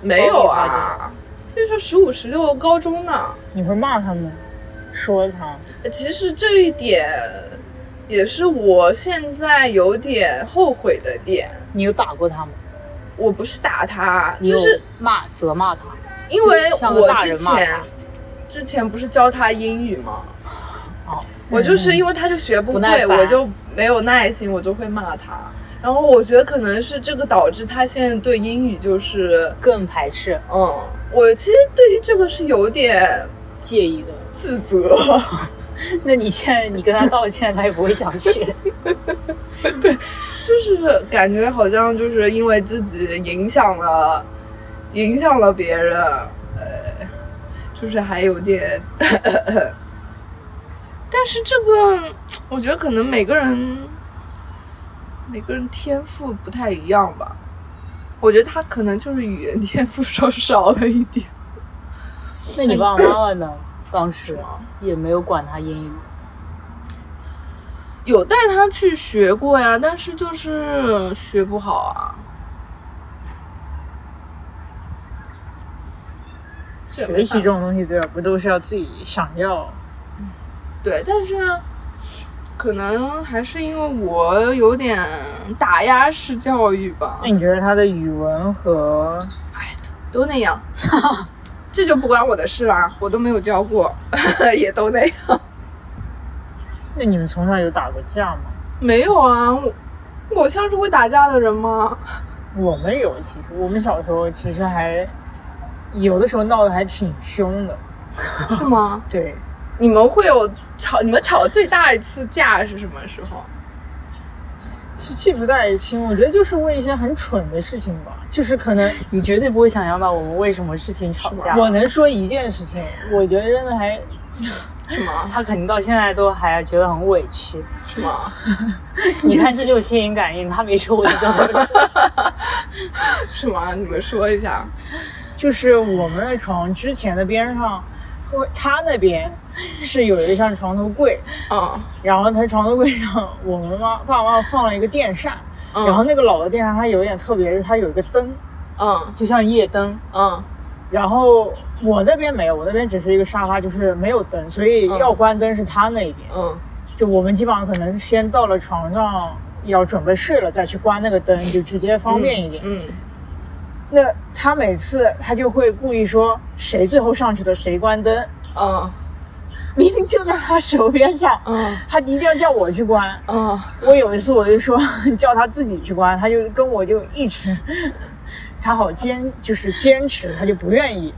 A: 没有啊，那时候十五十六高中呢。
B: 你会骂他们，说他，
A: 其实这一点也是我现在有点后悔的点。
C: 你有打过他吗？
A: 我不是打他，
C: 你
A: 就
C: 有
A: 是
C: 骂责骂他，
A: 因为
C: 就像个
A: 我
C: 大
A: 之
C: 人骂
A: 前
C: 他
A: 之前不是教他英语吗？
C: 哦，
A: 我就是因为他就学不
C: 不耐
A: 会，
C: 烦
A: 我就没有耐心，我就会骂他。然后我觉得可能是这个导致他现在对英语就是，
C: 更排斥、
A: 嗯，我其实对于这个是有点
C: 介意的。
A: 自责。
C: 那你现在你跟他道歉，他也不会想学。
A: 就是感觉好像就是因为自己影响了，影响了别人，呃，就是还有点， (laughs) 但是这个我觉得可能每个人每个人天赋不太一样吧。我觉得他可能就是语言天赋稍少了一点。
C: 那你
B: (laughs)
C: 爸爸妈妈呢？当时
A: 吗
C: 也没有管他英语，
A: 有带他去学过呀，但是就是学不好啊。这也没
B: 学习
A: 办
B: 这种东西，对吧？啊不都是要自己想要？
A: 对，但是呢，可能还是因为我有点打压式教育吧
B: 那，你觉得他的语文和
A: 都那
B: (laughs)
A: 样，这就不关我的事啦，我都没有教过， (laughs) 也都那样。
B: 那你们从小有打过架吗？
A: 没有啊，我我像是会打架的人吗？
B: 我们有，其实我们小时候其实还有的时候闹得还挺凶的。
A: 是吗？
B: 对，
A: 你们会有吵？你们吵最大一次架是什么时候？
B: 是记不太清，我觉得就是为一些很蠢的事情吧，就是可能
C: 你绝对不会想象到我们为什么事情吵架。
B: 我能说一件事情，我觉得真的还
A: 是吗？
C: 他肯定到现在都还觉得很委屈。
A: 是吗？ (laughs)
C: 你看，这就是心灵感应，他没说我就叫
A: (laughs)
C: 他。
A: 是吗？你们说一下。
B: 就是我们的床之前的边上，或他那边是有一个像床头柜，
A: 嗯
B: 然后他床头柜上，我们妈爸妈放了一个电扇，
A: 嗯
B: 然后那个老的电扇它有一点特别，是它有一个灯，
A: 嗯
C: 就像夜灯，
A: 嗯
B: 然后我那边没有，我那边只是一个沙发，就是没有灯，所以要关灯是他那边。
A: 嗯
B: 就我们基本上可能先到了床上要准备睡了，再去关那个灯，就直接方便一点。
A: 嗯，
B: 那他每次他就会故意说谁最后上去的谁关灯， (laughs)
A: 嗯
B: 明明就在他手边上，
A: 嗯
B: 他一定要叫我去关。
A: 嗯，
B: 我有一次我就说叫他自己去关，他就跟我就一直， (laughs) 他好坚就是坚持，他就不愿意。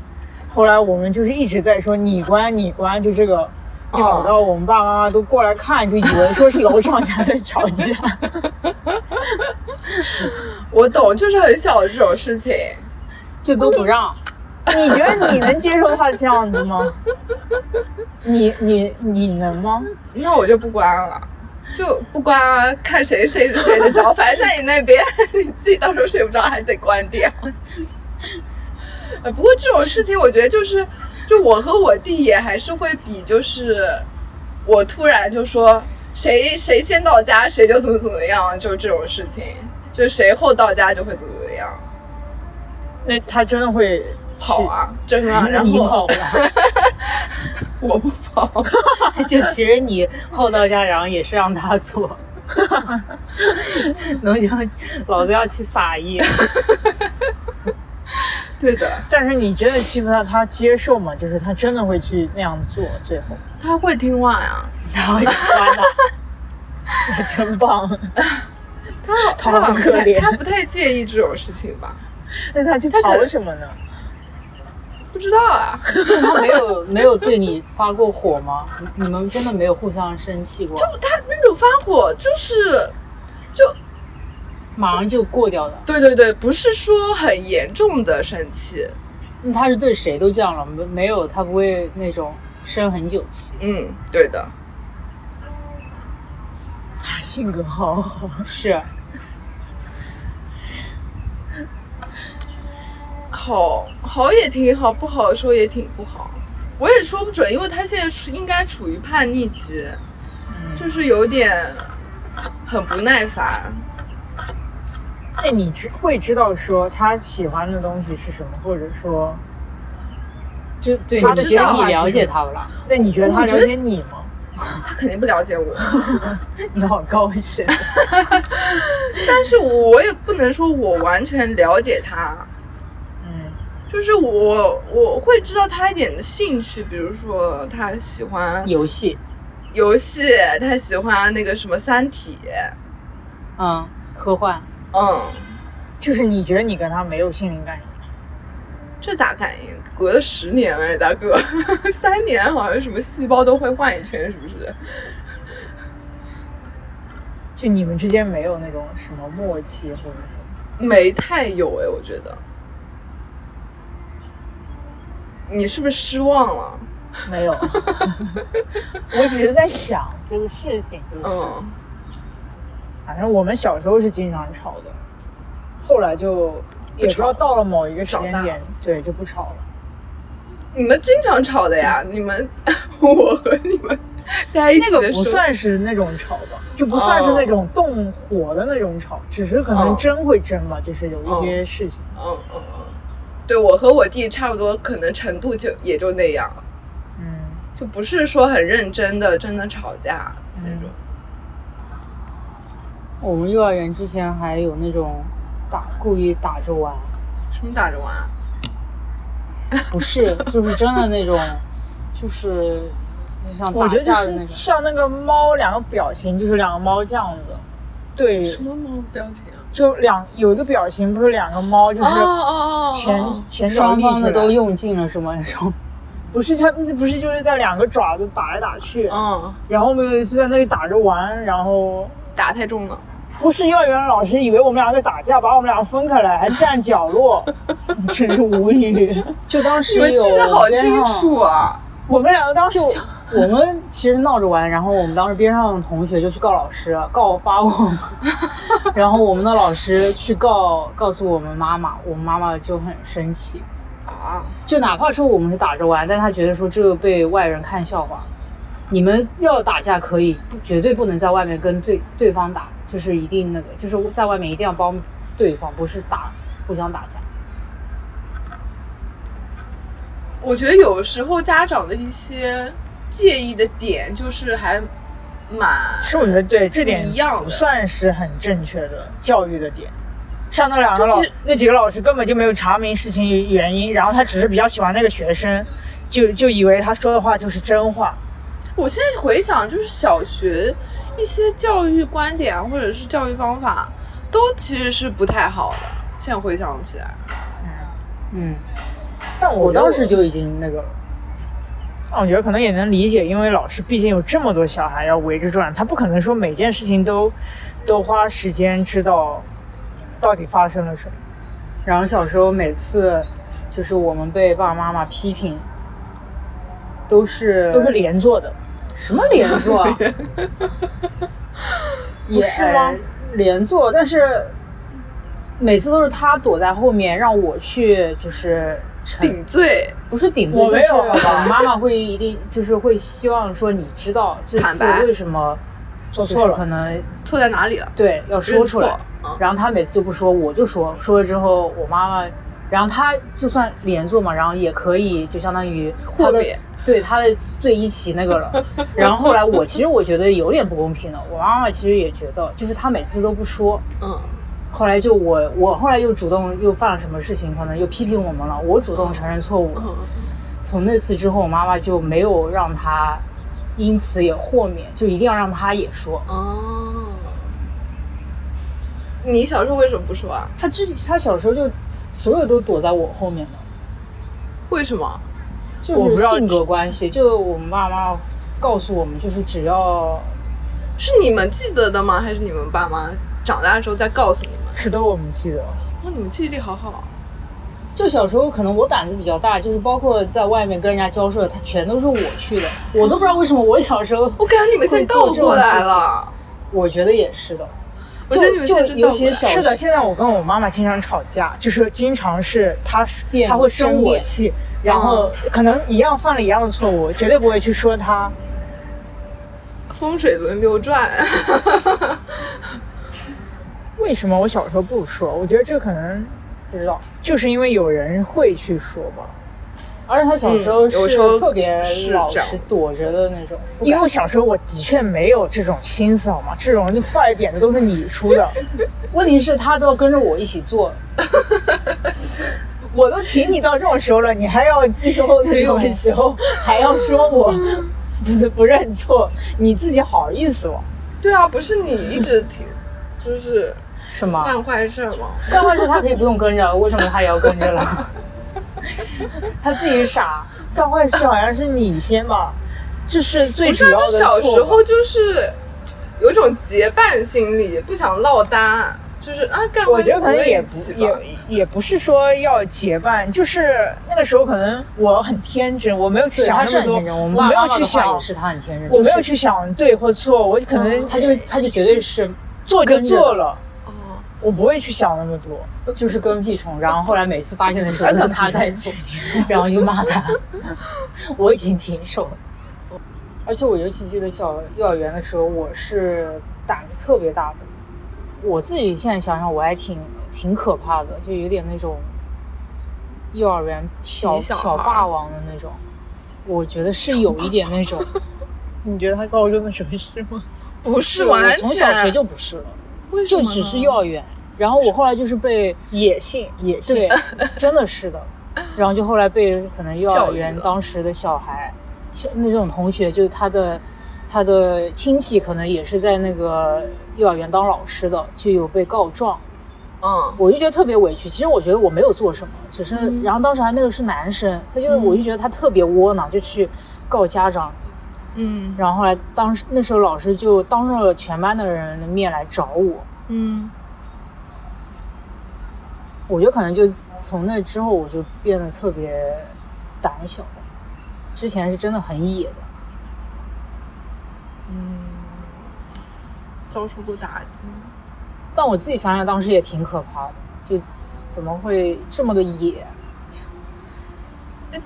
B: 后来我们就是一直在说你关你关，就这个吵
A: 哦
B: 到我们爸爸妈妈都过来看，就以为说是楼上家在吵架。
A: 我懂，就是很小的这种事情。
B: 就都不让。你觉得你能接受他这样子 (laughs) 吗？你你你能吗？
A: 那我就不关了，就不关啊，看谁睡睡得着，反正在你那边， (laughs) 你自己到时候睡不着还得关掉。 (laughs) 呃，不过这种事情，我觉得就是，就我和我弟也还是会比，就是我突然就说谁谁先到家，谁就怎么怎么样，就这种事情，就谁后到家就会怎么怎么样，
B: 那他真的会
A: 跑啊，争啊，
B: 去？
A: 然
B: 你
A: 后
B: 跑了，
A: (laughs) 我不
B: (laughs)
A: 跑，
C: 就其实你后到家，然后也是让
A: (laughs)
C: 他做。农家老子要去撒野，
A: 对的。
B: 但是你真的欺负他，他接受吗？就是他真的会去那样做，最
A: (laughs)
B: 后
A: 他会听话呀、
C: 然后就关了。
B: (laughs) 真棒。
A: 他好
B: (laughs) 他
A: 他好
B: 好
A: 像不太
B: 可怜
A: 他不太介意这种事情吧？
B: 那他去
A: 他可
B: 跑什么呢？
A: 不知道啊，
C: 他没有没有对你发过火吗？你们真的没有互相生气过，
A: 他那种发火就是，就
C: 马上就过掉的。
A: 对对对，不是说很严重的生气，
C: 那他是对谁都这样了，没没有他不会那种生很久气。
A: 嗯，对的，
B: 他性格好好，
C: 是，
A: 好好也挺好，不好的时候也挺不好，我也说不准，因为他现在是应该处于叛逆期，就是有点很不耐烦，
B: 那哎你知会知道说他喜欢的东西是什么，或者说，
C: 就对
B: 他
C: 你
A: 的
C: 觉得
A: 想
C: 你
A: 法
C: 了
B: 是
C: 解
B: 什么
C: 他不啦？
B: 那你觉得他
A: 我觉
B: 了
A: 得
B: 解你吗？
A: 他肯定不了解我，
B: 你好高深，
A: 但是我也不能说我完全了解他，
B: 嗯，
A: 就是我我会知道他一点的兴趣，比如说他喜欢
C: (laughs) 游戏，
A: 游戏，他喜欢那个什么《三体》，
C: 嗯，科幻，
A: 嗯，
B: 就是你觉得你跟他没有心灵感应。
A: 这咋感应？隔了十年哎，大哥， (laughs) 三年好像什么细胞都会换一圈，是不是？
B: 就你们之间没有那种什么默契，或者说，
A: 没太有哎，我觉得。你是不是失望了？
C: (laughs)
B: 没有。我只是在想这个事情，就是
A: 嗯，
B: 反正我们小时候是经常吵的，后来就也不知
A: 吵
B: 道到了某一个时
A: 长大
B: 间点，对就不吵了。
A: 你们经常吵的呀，你们 (laughs) 我和你们在一
B: 那
A: 起
B: 个
A: 的
B: 不
A: 时候，
B: 算是那种吵吧，就不算是那种动火的那种吵，只是
C: 嗯
B: 可能
A: 哦
B: 争会争吧，就是有一些事情。
A: 嗯嗯嗯，对我和我弟差不多，可能程度就也就那样，
B: 嗯，
A: 就不是说很认真的真的吵架那种。
C: 我们幼儿园之前还有那种打故意打着玩，
A: 什么打着玩啊？
C: 不
B: (laughs)
C: 是，就是真的那种，就是就像
B: 我
C: 打
B: 觉得就
C: 架的那种。
B: 是像那个猫两个表情，就是两个猫这样子，对，
A: 什么猫表情啊？
B: 就两有一个表情，不是两个猫，就是
A: 哦哦哦，
B: 前
A: 哦
B: 前脚
C: 双
B: 立
C: 方
B: 起
C: 的
B: 来，
C: 都用尽了是吗？那种
B: (laughs) 不是他们不是就是在两个爪子打来打去，
C: 哦
A: 嗯，
B: 然后我们有一次在那里打着玩，然后
A: 打太重了。
B: 不是幼儿园老师以为我们俩在打架，把我们俩分开来，还站角落， (laughs) 真是无语。
C: 就当
A: 你
C: 时
A: 们
C: 有
A: 记得好清楚啊！
B: 我们两个当时
C: 就我们其实闹着玩，然后我们当时边上的同学就去告老师，告发我们，然后我们的老师去告告诉我们妈妈，我们妈妈就很生气，
A: 啊，
C: 就哪怕说我们是打着玩，但她觉得说这个被外人看笑话，你们要打架可以，不绝对不能在外面跟对对方打，就是一定那个，就是在外面一定要帮对方，不是打互相打架。
A: 我觉得有时候家长的一些介意的点，就是还蛮
B: 其实我觉得对这点
A: 一样的
B: 不算是很正确的教育的点。上那两个
A: 就
B: 老
A: 其实
B: 那几个老师根本就没有查明事情原因，然后他只是比较喜欢那个学生，就就以为他说的话就是真话。
A: 我现在回想，就是小学一些教育观点或者是教育方法，都其实是不太好的。现在回想起来，
C: 嗯，
B: 但
C: 我
B: 觉得
C: 当时就已经那个了。
B: 但哦我觉得可能也能理解，因为老师毕竟有这么多小孩要围着转，他不可能说每件事情都都花时间知道到底发生了什么。
C: 然后小时候每次就是我们被爸爸妈妈批评，都是
B: 都是连坐的，
C: 什么连坐
B: (laughs)
C: 啊？ (laughs) 也
B: 不是吗
C: 连坐，但是每次都是他躲在后面让我去，就是承
A: 顶罪
C: 不是顶罪，
B: 我没
C: 就
B: 有
C: 是
B: 好吧
C: 妈妈会一定 (laughs) 就是会希望说你知道这
A: 坦
C: 次
A: 白
C: 为什么
B: 做
C: 就是
B: 错
C: 可
B: 了，
C: 能
A: 错在哪里了，
C: 对要说
A: 认
C: 出
A: 错
C: 来。。
A: 嗯，
C: 然后他每次就不说，我就说，说了之后，我妈妈，然后她就算连坐嘛，然后也可以就相当于她
A: 豁
C: 的
A: 免
C: 对她的最一起那个
B: (laughs)
C: 了。然后后来我其实我觉得有点不公平的，我妈妈其实也觉得，就是她每次都不说，
A: 嗯，
C: 后来就我我后来又主动又犯了什么事情，可能又批评我们了，我主动承认错误。
A: 嗯
C: 从那次之后，我妈妈就没有让她因此也豁免，就一定要让她也说。
A: 哦，你小时候为什么不说啊？
C: 她之她小时候就所有都躲在我后面的。
A: 为什么？
B: 我
C: 就
B: 不知
C: 是
B: 道
C: 性格关系，就我们爸妈告诉我们，就是只要
A: 是你们记得的吗？还是你们爸妈长大的时候再告诉你们？
B: 是都我们记得。
A: 哦，你们记忆力好好。
C: 就小时候可能我胆子比较大，就是包括在外面跟人家交涉，他全都是我去的，我都不知道为什么我小时候，
B: 嗯
A: 我感觉你们现在倒过来了。
C: 我觉得也是的，
A: 我觉得你们现在
C: 就
A: 真
C: 尤
A: 倒过
C: 其
A: 来
C: 是小
A: 了。
B: 是的，现在我跟我妈妈经常吵架，就是经常是她
C: 辩
B: 她会生
C: 争
B: 我
C: 辩
B: 气，然
C: 啊
B: 后可能一样犯了一样的错误，我绝对不会去说她。
A: 风水轮流转，
B: 为什么我小时候不说？我觉得这可能
C: 不知道。
B: 就是因为有人会去说吧。
C: 而且他小时候
A: 嗯有
C: 是
A: 时候
C: 特别
A: 是
C: 老
A: 这样
C: 实躲着的那种，不
B: 因为
C: 敢
B: 我小时候我的确没有这种心思，好吗？这种坏点子都是你出的，
C: 问题是他都要跟着我一起做，
B: 我都挺你到这种时候了，你还要最后那种时候还要说我 (laughs) 不是不认错，你自己好意思吗？
A: 对啊，不是你一直挺就是
C: 是
B: 啊
C: 吗？
A: 干坏事儿吗？
C: 但坏事他可以不用跟着，为什么他也要跟着
B: (laughs)
C: 了？他自己傻，
B: 干坏事好像是你先吧，这是最
A: 不
B: 主
A: 是
B: 要
A: 啊，
B: 的
A: 就小
B: 错
A: 时
B: 吧
A: 候就是有一种结伴心理，不想落单，就是啊干
B: 我
A: 坏
B: 觉
A: 事
B: 得可能也
A: 一
B: 不
A: 起吧
B: 也。也不是说要结伴，就是那个时候可能我很天真，我没有去
C: 对，
B: 想
C: 他
B: 那
C: 是
B: 么
C: 很
B: 多，
C: 天真。我们爸
B: 没
C: 妈
B: 有
C: 妈
B: 去
C: 的话
B: 想
C: 也，是他很天真，
B: 我没有
C: 就是啊
B: 去想对或错，我可能
A: 嗯
C: 他就他就绝对是
B: 做就
C: 跟着
B: 做
C: 的
B: 了，
A: 哦，
B: 我不会去想那么多。
C: 就是跟屁虫，然后后来每次发现的时候
B: 跟屁虫
C: 他在做， (laughs) 然后就骂他，我已经停手了。而且我尤其记得小幼儿园的时候，我是胆子特别大的。我自己现在想想，我还挺挺可怕的，就有点那种幼儿园小
A: 皮小孩
C: 小霸王的那种。我觉得是有一点那种，
B: 你觉得他高中的时候是吗？
A: 不是
C: 我
A: 完全，
C: 从小学就不是了，
A: 为什
C: 就
A: 么呢
C: 只是幼儿园。然后我后来就是被
B: 野性，
C: 也是， (laughs) 真的 (laughs) 是的。然后就后来被可能幼儿
A: 教
C: 园
A: 育了
C: 当时的小孩，小那种同学，就是他的他的亲戚，可能也是在那个幼儿园当老师的，就有被告状。
A: 嗯
C: (laughs) 我就觉得特别委屈。其实我觉得我没有做什么，只是、然后当时还那个是男生，他就、
B: 嗯
C: 我就觉得他特别窝囊，就去告家长。
A: 嗯
C: 然后后来当时那时候老师就当着全班的人的面来找我，
A: 嗯，
C: 我觉得可能就从那之后，我就变得特别胆小了。之前是真的很野的，
A: 嗯遭受过打击。
C: 但我自己想想，当时也挺可怕的，就怎么会这么的野？
A: 哎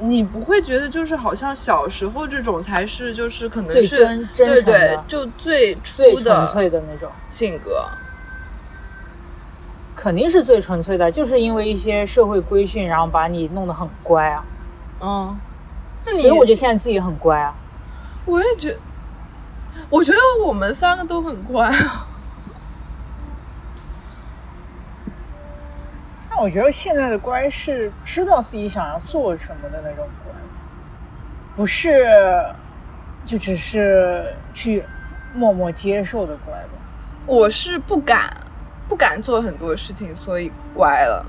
A: 你不会觉得就是好像小时候这种才是就是可能
C: 最
A: 是
C: 真真
A: 对
C: 诚的
A: 对就最
C: 最
A: 初
C: 纯
A: 的
C: 粹的那种，
A: 性格，
C: 肯定是最纯粹的，就是因为一些社会规训，然后把你弄得很乖啊。
A: 嗯，那
C: 所
A: 你
C: 以我觉得现在自己很乖啊。
A: 我也觉，我觉得我们三个啊都很乖，
C: 但
B: 我觉得现在的乖是知道自己想要做什么的那种乖，不是就只是去默默接受的乖吧。
A: 我是不敢不敢做很多事情，所以乖了。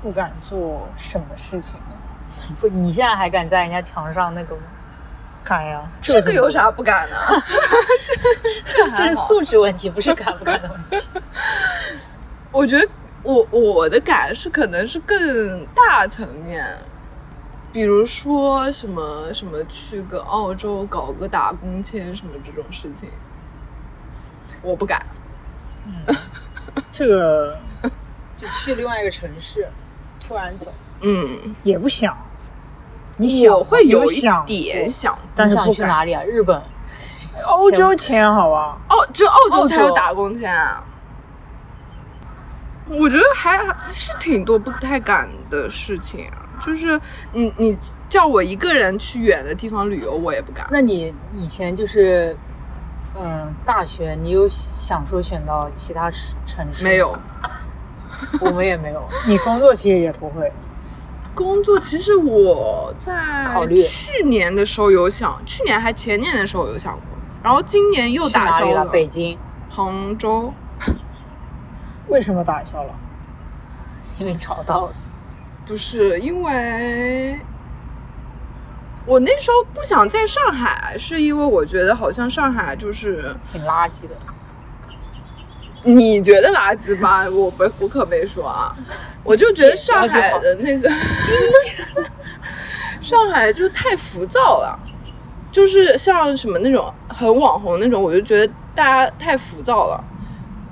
B: 不敢做什么事情啊呢？
C: (laughs) 不，你现在还敢在人家墙上那个吗？
B: 敢呀，
A: 这个有啥不敢的、
C: 这是素质问题，不是敢不敢的问题。
A: 我觉得我我的感是可能是更大层面，比如说什么什么去个澳洲搞个打工签什么这种事情，我不敢。
B: 这个
C: 就去另外一个城市，突然走，
A: 嗯，
B: 也不想。你想
A: 我会
B: 你有
A: 一
B: 想
A: 点
B: 过，
A: 想
B: 但
C: 你
B: 是
C: 想
B: 不
C: 去
B: 敢。
C: 哪里啊？日本、
B: 欧洲前好啊吧？
A: 澳，只有哦澳洲
C: 澳
A: 才有
C: 洲
A: 打工签啊。我觉得还是挺多不太敢的事情啊，就是你你叫我一个人去远的地方旅游，我也不敢。
C: 那你以前就是，嗯，大学你有想说选到其他城城市？
A: 没，有
C: (laughs) 我们也没有。
B: 你工作其实也不会，
A: 工作，其实我在
C: 考虑
A: 去年的时候有想，去年还前年的时候有想过，然后今年又
C: 去
A: 打
C: 哪
A: 消
C: 里了？北京，
A: 杭州，
B: 为什么打消了？
C: 因为找到了。
A: 不是因为我那时候不想在上海，是因为我觉得好像上海就是
C: 挺垃圾的，
A: 你觉得垃圾吧，我不我可没说啊，我就觉得上海的那个 (laughs) 上海就太浮躁了，就是像什么那种很网红那种，我就觉得大家太浮躁了。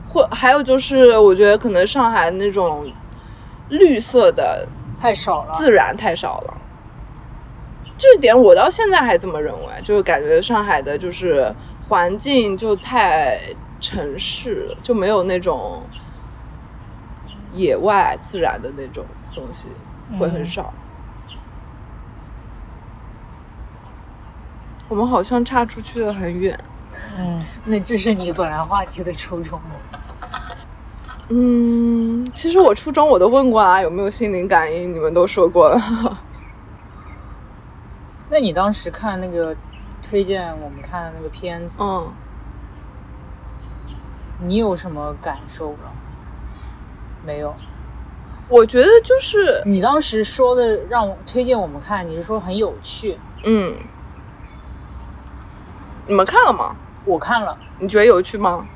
A: 或还有就是，我觉得可能上海那种绿色的
C: 太少了。
A: 自然太少了。这点我到现在还这么认为，就是感觉上海的就是环境就太城市了，就没有那种野外自然的那种东西会很少。我们好像岔出去了很远。
B: 嗯，
C: 那这是你本来话题的初衷吗？
A: 嗯，其实我初中我都问过啊啦、有没有心灵感应，你们都说过了。 (laughs)
C: 那你当时看那个推荐我们看的那个片子，
A: 嗯，
C: 你有什么感受吗？没有。
A: 我觉得就是，
C: 你当时说的让我推荐我们看，你是说很有趣，
A: 嗯，你们看了吗？
C: 我看了，
A: 你觉得有趣吗？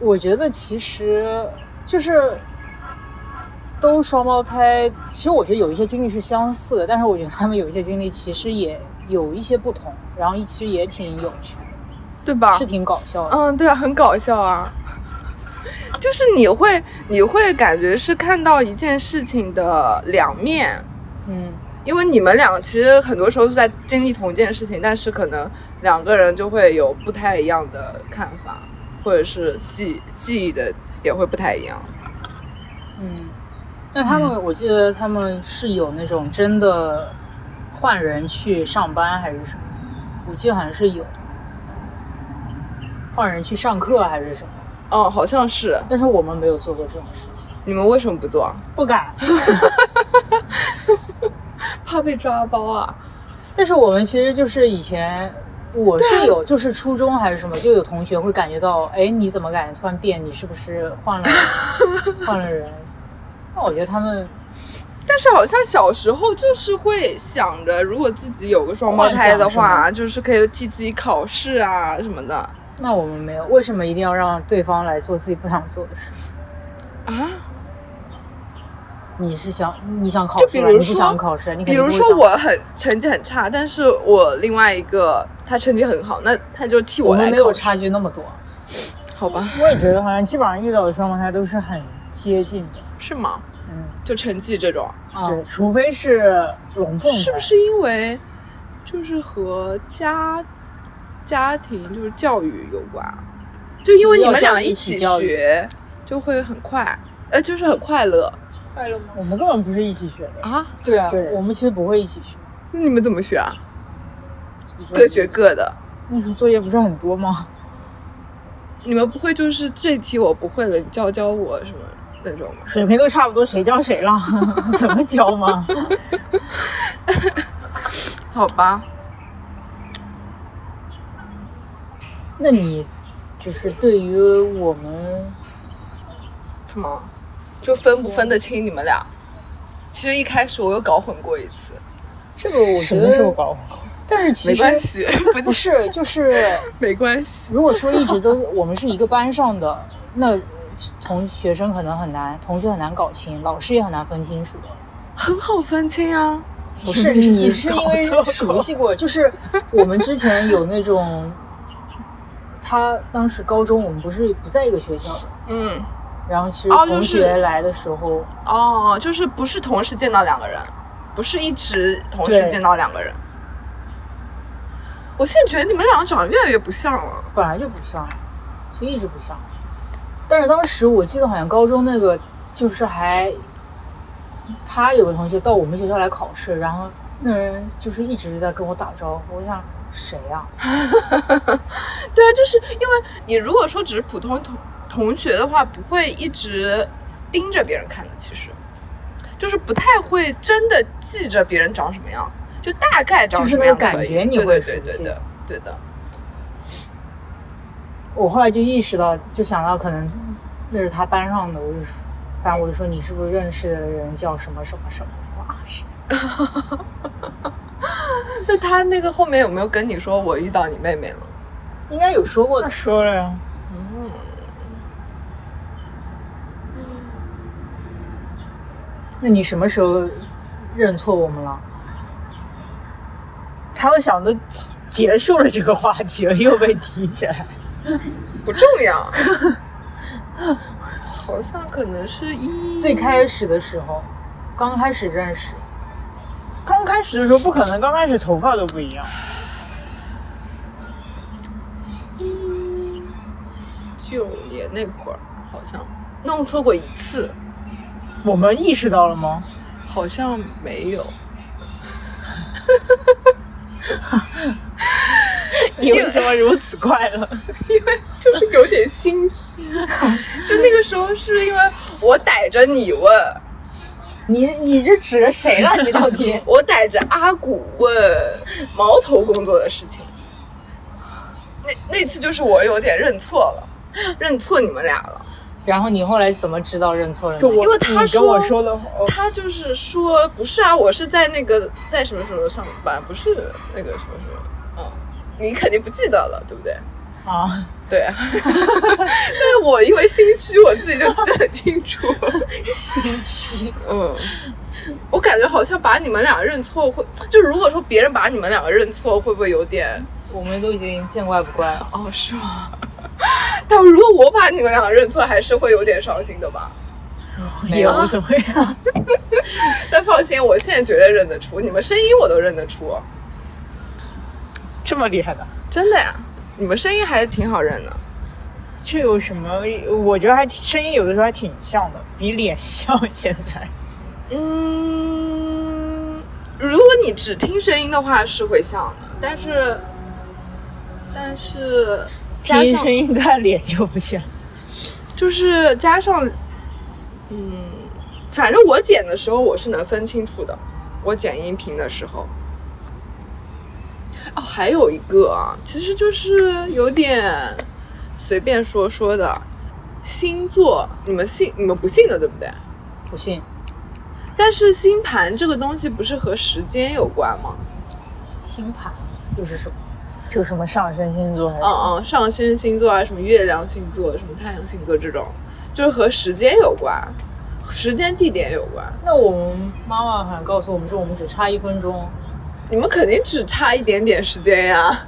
C: 我觉得其实就是都双胞胎，其实我觉得有一些经历是相似的，但是我觉得他们有一些经历其实也有一些不同，然后其实也挺有趣的，
A: 对吧？
C: 是挺搞笑的。
A: 嗯，对啊，很搞笑啊。 (laughs) 就是你会，你会感觉是看到一件事情的两面，
C: 嗯，
A: 因为你们俩其实很多时候是在经历同一件事情，但是可能两个人就会有不太一样的看法，或者是记记忆的也会不太一样。
C: 嗯，那他们、我记得他们是有那种真的换人去上班还是什么的，我记得好像是有换人去上课还是什么，
A: 哦，好像是。
C: 但是我们没有做过这种事情。
A: 你们为什么不做啊？
B: 不敢。
A: (laughs) 怕被抓包啊？
C: 但是我们其实就是以前。我
A: 啊
C: 是有，就是初中还是什么，就有同学会感觉到，哎，你怎么感觉突然变？你是不是
A: (laughs)
C: 换了换了人？那我觉得他们
A: 但是好像小时候就是会想着，如果自己有个双胞胎的
C: 幻想
A: 话，就是可以替自己考试啊什么的
C: 那我们没有，为什么一定要让对方来做自己不想做的事？
A: 啊。
C: 你是想你想考
A: 就
C: 试
A: 比
C: 吧，
A: 如
C: 你不
A: 说
C: 想考试，你肯
A: 比
C: 定
A: 如
C: 不会
A: 说
C: 想
A: 我很成绩很差，但是我另外一个他成绩很好，那他就替
C: 我
A: 来
C: 们没
A: 考
C: 有
A: 试，
C: 差距
A: (laughs)
C: 那么多，
A: 好吧？
B: 我也觉得好像基本上遇到的双胞胎都是很接近的，
A: 是吗？
B: 嗯，
A: 就成绩这种，
C: 啊，
B: 对，除非是龙凤胎，
A: 是不是因为就是和家家庭就是教育有关？就因为你们俩起
C: 要教育一起教育
A: 学，就会很快，呃，就是很快乐
C: 快乐吗？
B: 我们根本不是一起学的，
A: 啊。
C: 对啊，
B: 对
C: 我们其实不会一起学，
A: 那你们怎么学啊？各学各的。
B: 那时候作业不是很多吗？
A: 你们不会就是这题我不会了，你教教我什么那种吗？
B: 水平都差不多，谁教谁了？ (laughs) 怎么教嘛？
A: 好吧，
C: (laughs) 那你就是对于我们，
A: 什么？就分不分得清你们俩？其实一开始我有搞混过一次，
C: 这个我
B: 什
C: 觉
B: 么时候
C: 得，
B: 搞？
C: 但是其
A: 没关
C: 实
A: 系，
C: 不
A: 不是
C: 是，就是
A: (laughs) 没关系。
C: 如果说一直都我们是一个班上的，那同学生可能很难，同学很难搞清，老师也很难分清楚。
A: 很好分清啊，
C: 不
B: (laughs)
C: 是，你是因为
B: 搞错
C: 熟悉过，就是我们之前有那种，他当时高中我们不是不在一个学校的，
A: 嗯，
C: 然后其实
A: 哦就
C: 同
A: 是
C: 学来的时候，
A: 哦，就是不是同时见到两个人，不是一直同时
C: 对
A: 见到两个人。我现在觉得你们两个长得越来越不像了。
C: 本来就不像，就一直不像。但是当时我记得好像高中那个就是还，他有个同学到我们学校来考试，然后那人就是一直在跟我打招呼，我想谁啊呀、
A: 对啊，就是因为你如果说只是普通同同学的话，不会一直盯着别人看的，其实就是不太会真的记着别人长什么样，就大概长
C: 就是
A: 什么
C: 那
A: 样
C: 个感
A: 可以
C: 觉你
A: 对对对
C: 会熟
A: 对
C: 悉
A: 的，对的。
C: 我后来就意识到，就想到可能那是他班上的，我就说，反正我就说你是不是认识的人叫什么什么什么？我说啊是。
A: 那他那个后面有没有跟你说我遇到你妹妹了？
C: 应该有说过
B: 他说了呀，
A: 嗯，
C: 那你什么时候认错我们了？
B: 他们想都结束了这个话题了，又被提起来。
A: 不重要， (laughs) 好像可能是一
C: (laughs) 最开始的时候，刚开始认识，
B: 刚开始的时候不可能，刚开始头发都不一样。
A: 一九年那会儿，好像弄错过一次，
B: 我们意识到了吗？
A: 好像没有。
B: 你为什么如此快乐？
A: 就是有点心虚。 (laughs) 就那个时候是因为我逮着你问，
C: (laughs) 你你这指着谁了？你到
A: (laughs)
C: 底
A: 我逮着阿古问毛头工作的事情。那那次就是我有点认错了，认错你们俩了。
C: (laughs) 然后你后来怎么知道认错人的？
B: 就我，
A: 因为他
B: 你
A: 说
B: 跟我说的，哦
A: 他就是说不是啊，我是在那个在什么什么上班，不是那个什么什么，嗯，你肯定不记得了，对不对？
C: 啊， (laughs)
A: 对 (laughs) 啊，但是我因为心虚，我自己就记得很清楚。
C: 心虚。
A: 嗯，我感觉好像把你们俩认错会，就如果说别人把你们两个认错，会不会有点
C: 我们都已经见怪不怪了。
A: 哦是吗？ (laughs) 但如果我把你们两个认错，还是会有点伤心的吧？
C: 没
B: (laughs) 也
C: 有
B: 无所谓啊。
A: 但放心，我现在绝对认得出，你们声音我都认得出，
B: 这么厉害的，
A: 真的呀，你们声音还是挺好认的。
B: 这有什么？我觉得还挺声音有的时候还挺像的，比脸像。现
C: (laughs)
B: 在
A: 嗯，如果你只听声音的话是会像的，但是但是加
B: 听
A: 上
B: 声音看脸就不像。
A: 就是加上，嗯，反正我剪的时候我是能分清楚的，我剪音频的时候。哦，还有一个啊，其实就是有点随便说说的星座，你们信你们不信的对不对？
C: 不信，
A: 但是星盘这个东西不是和时间有关吗？
C: 星盘又是什么？哦
B: 就什么上升星座还是？
A: 嗯嗯，上升星座啊，什么月亮星座、什么太阳星座这种，就是和时间有关，时间地点有关。
C: 那我们妈妈好像告诉我们说，我们只差一分钟。
A: 你们肯定只差一点点时间呀。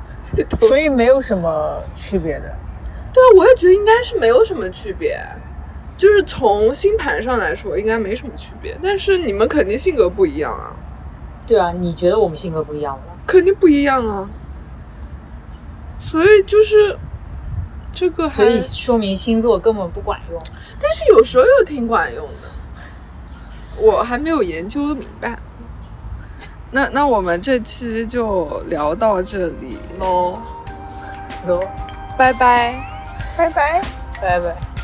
B: 所以没有什么区别的。
A: 对啊，我也觉得应该是没有什么区别，就是从星盘上来说应该没什么区别，但是你们肯定性格不一样啊，
C: 对啊，你觉得我们性格不一样吗？
A: 肯定不一样啊。所以就是这个还，
C: 所
B: 嗯
C: 以说明星座根本不管用。
A: 但是有时候又挺管用的，我还没有研究明白。那那我们这期就聊到这里喽，
C: 都
A: 拜拜。
D: 拜拜。
B: 拜拜。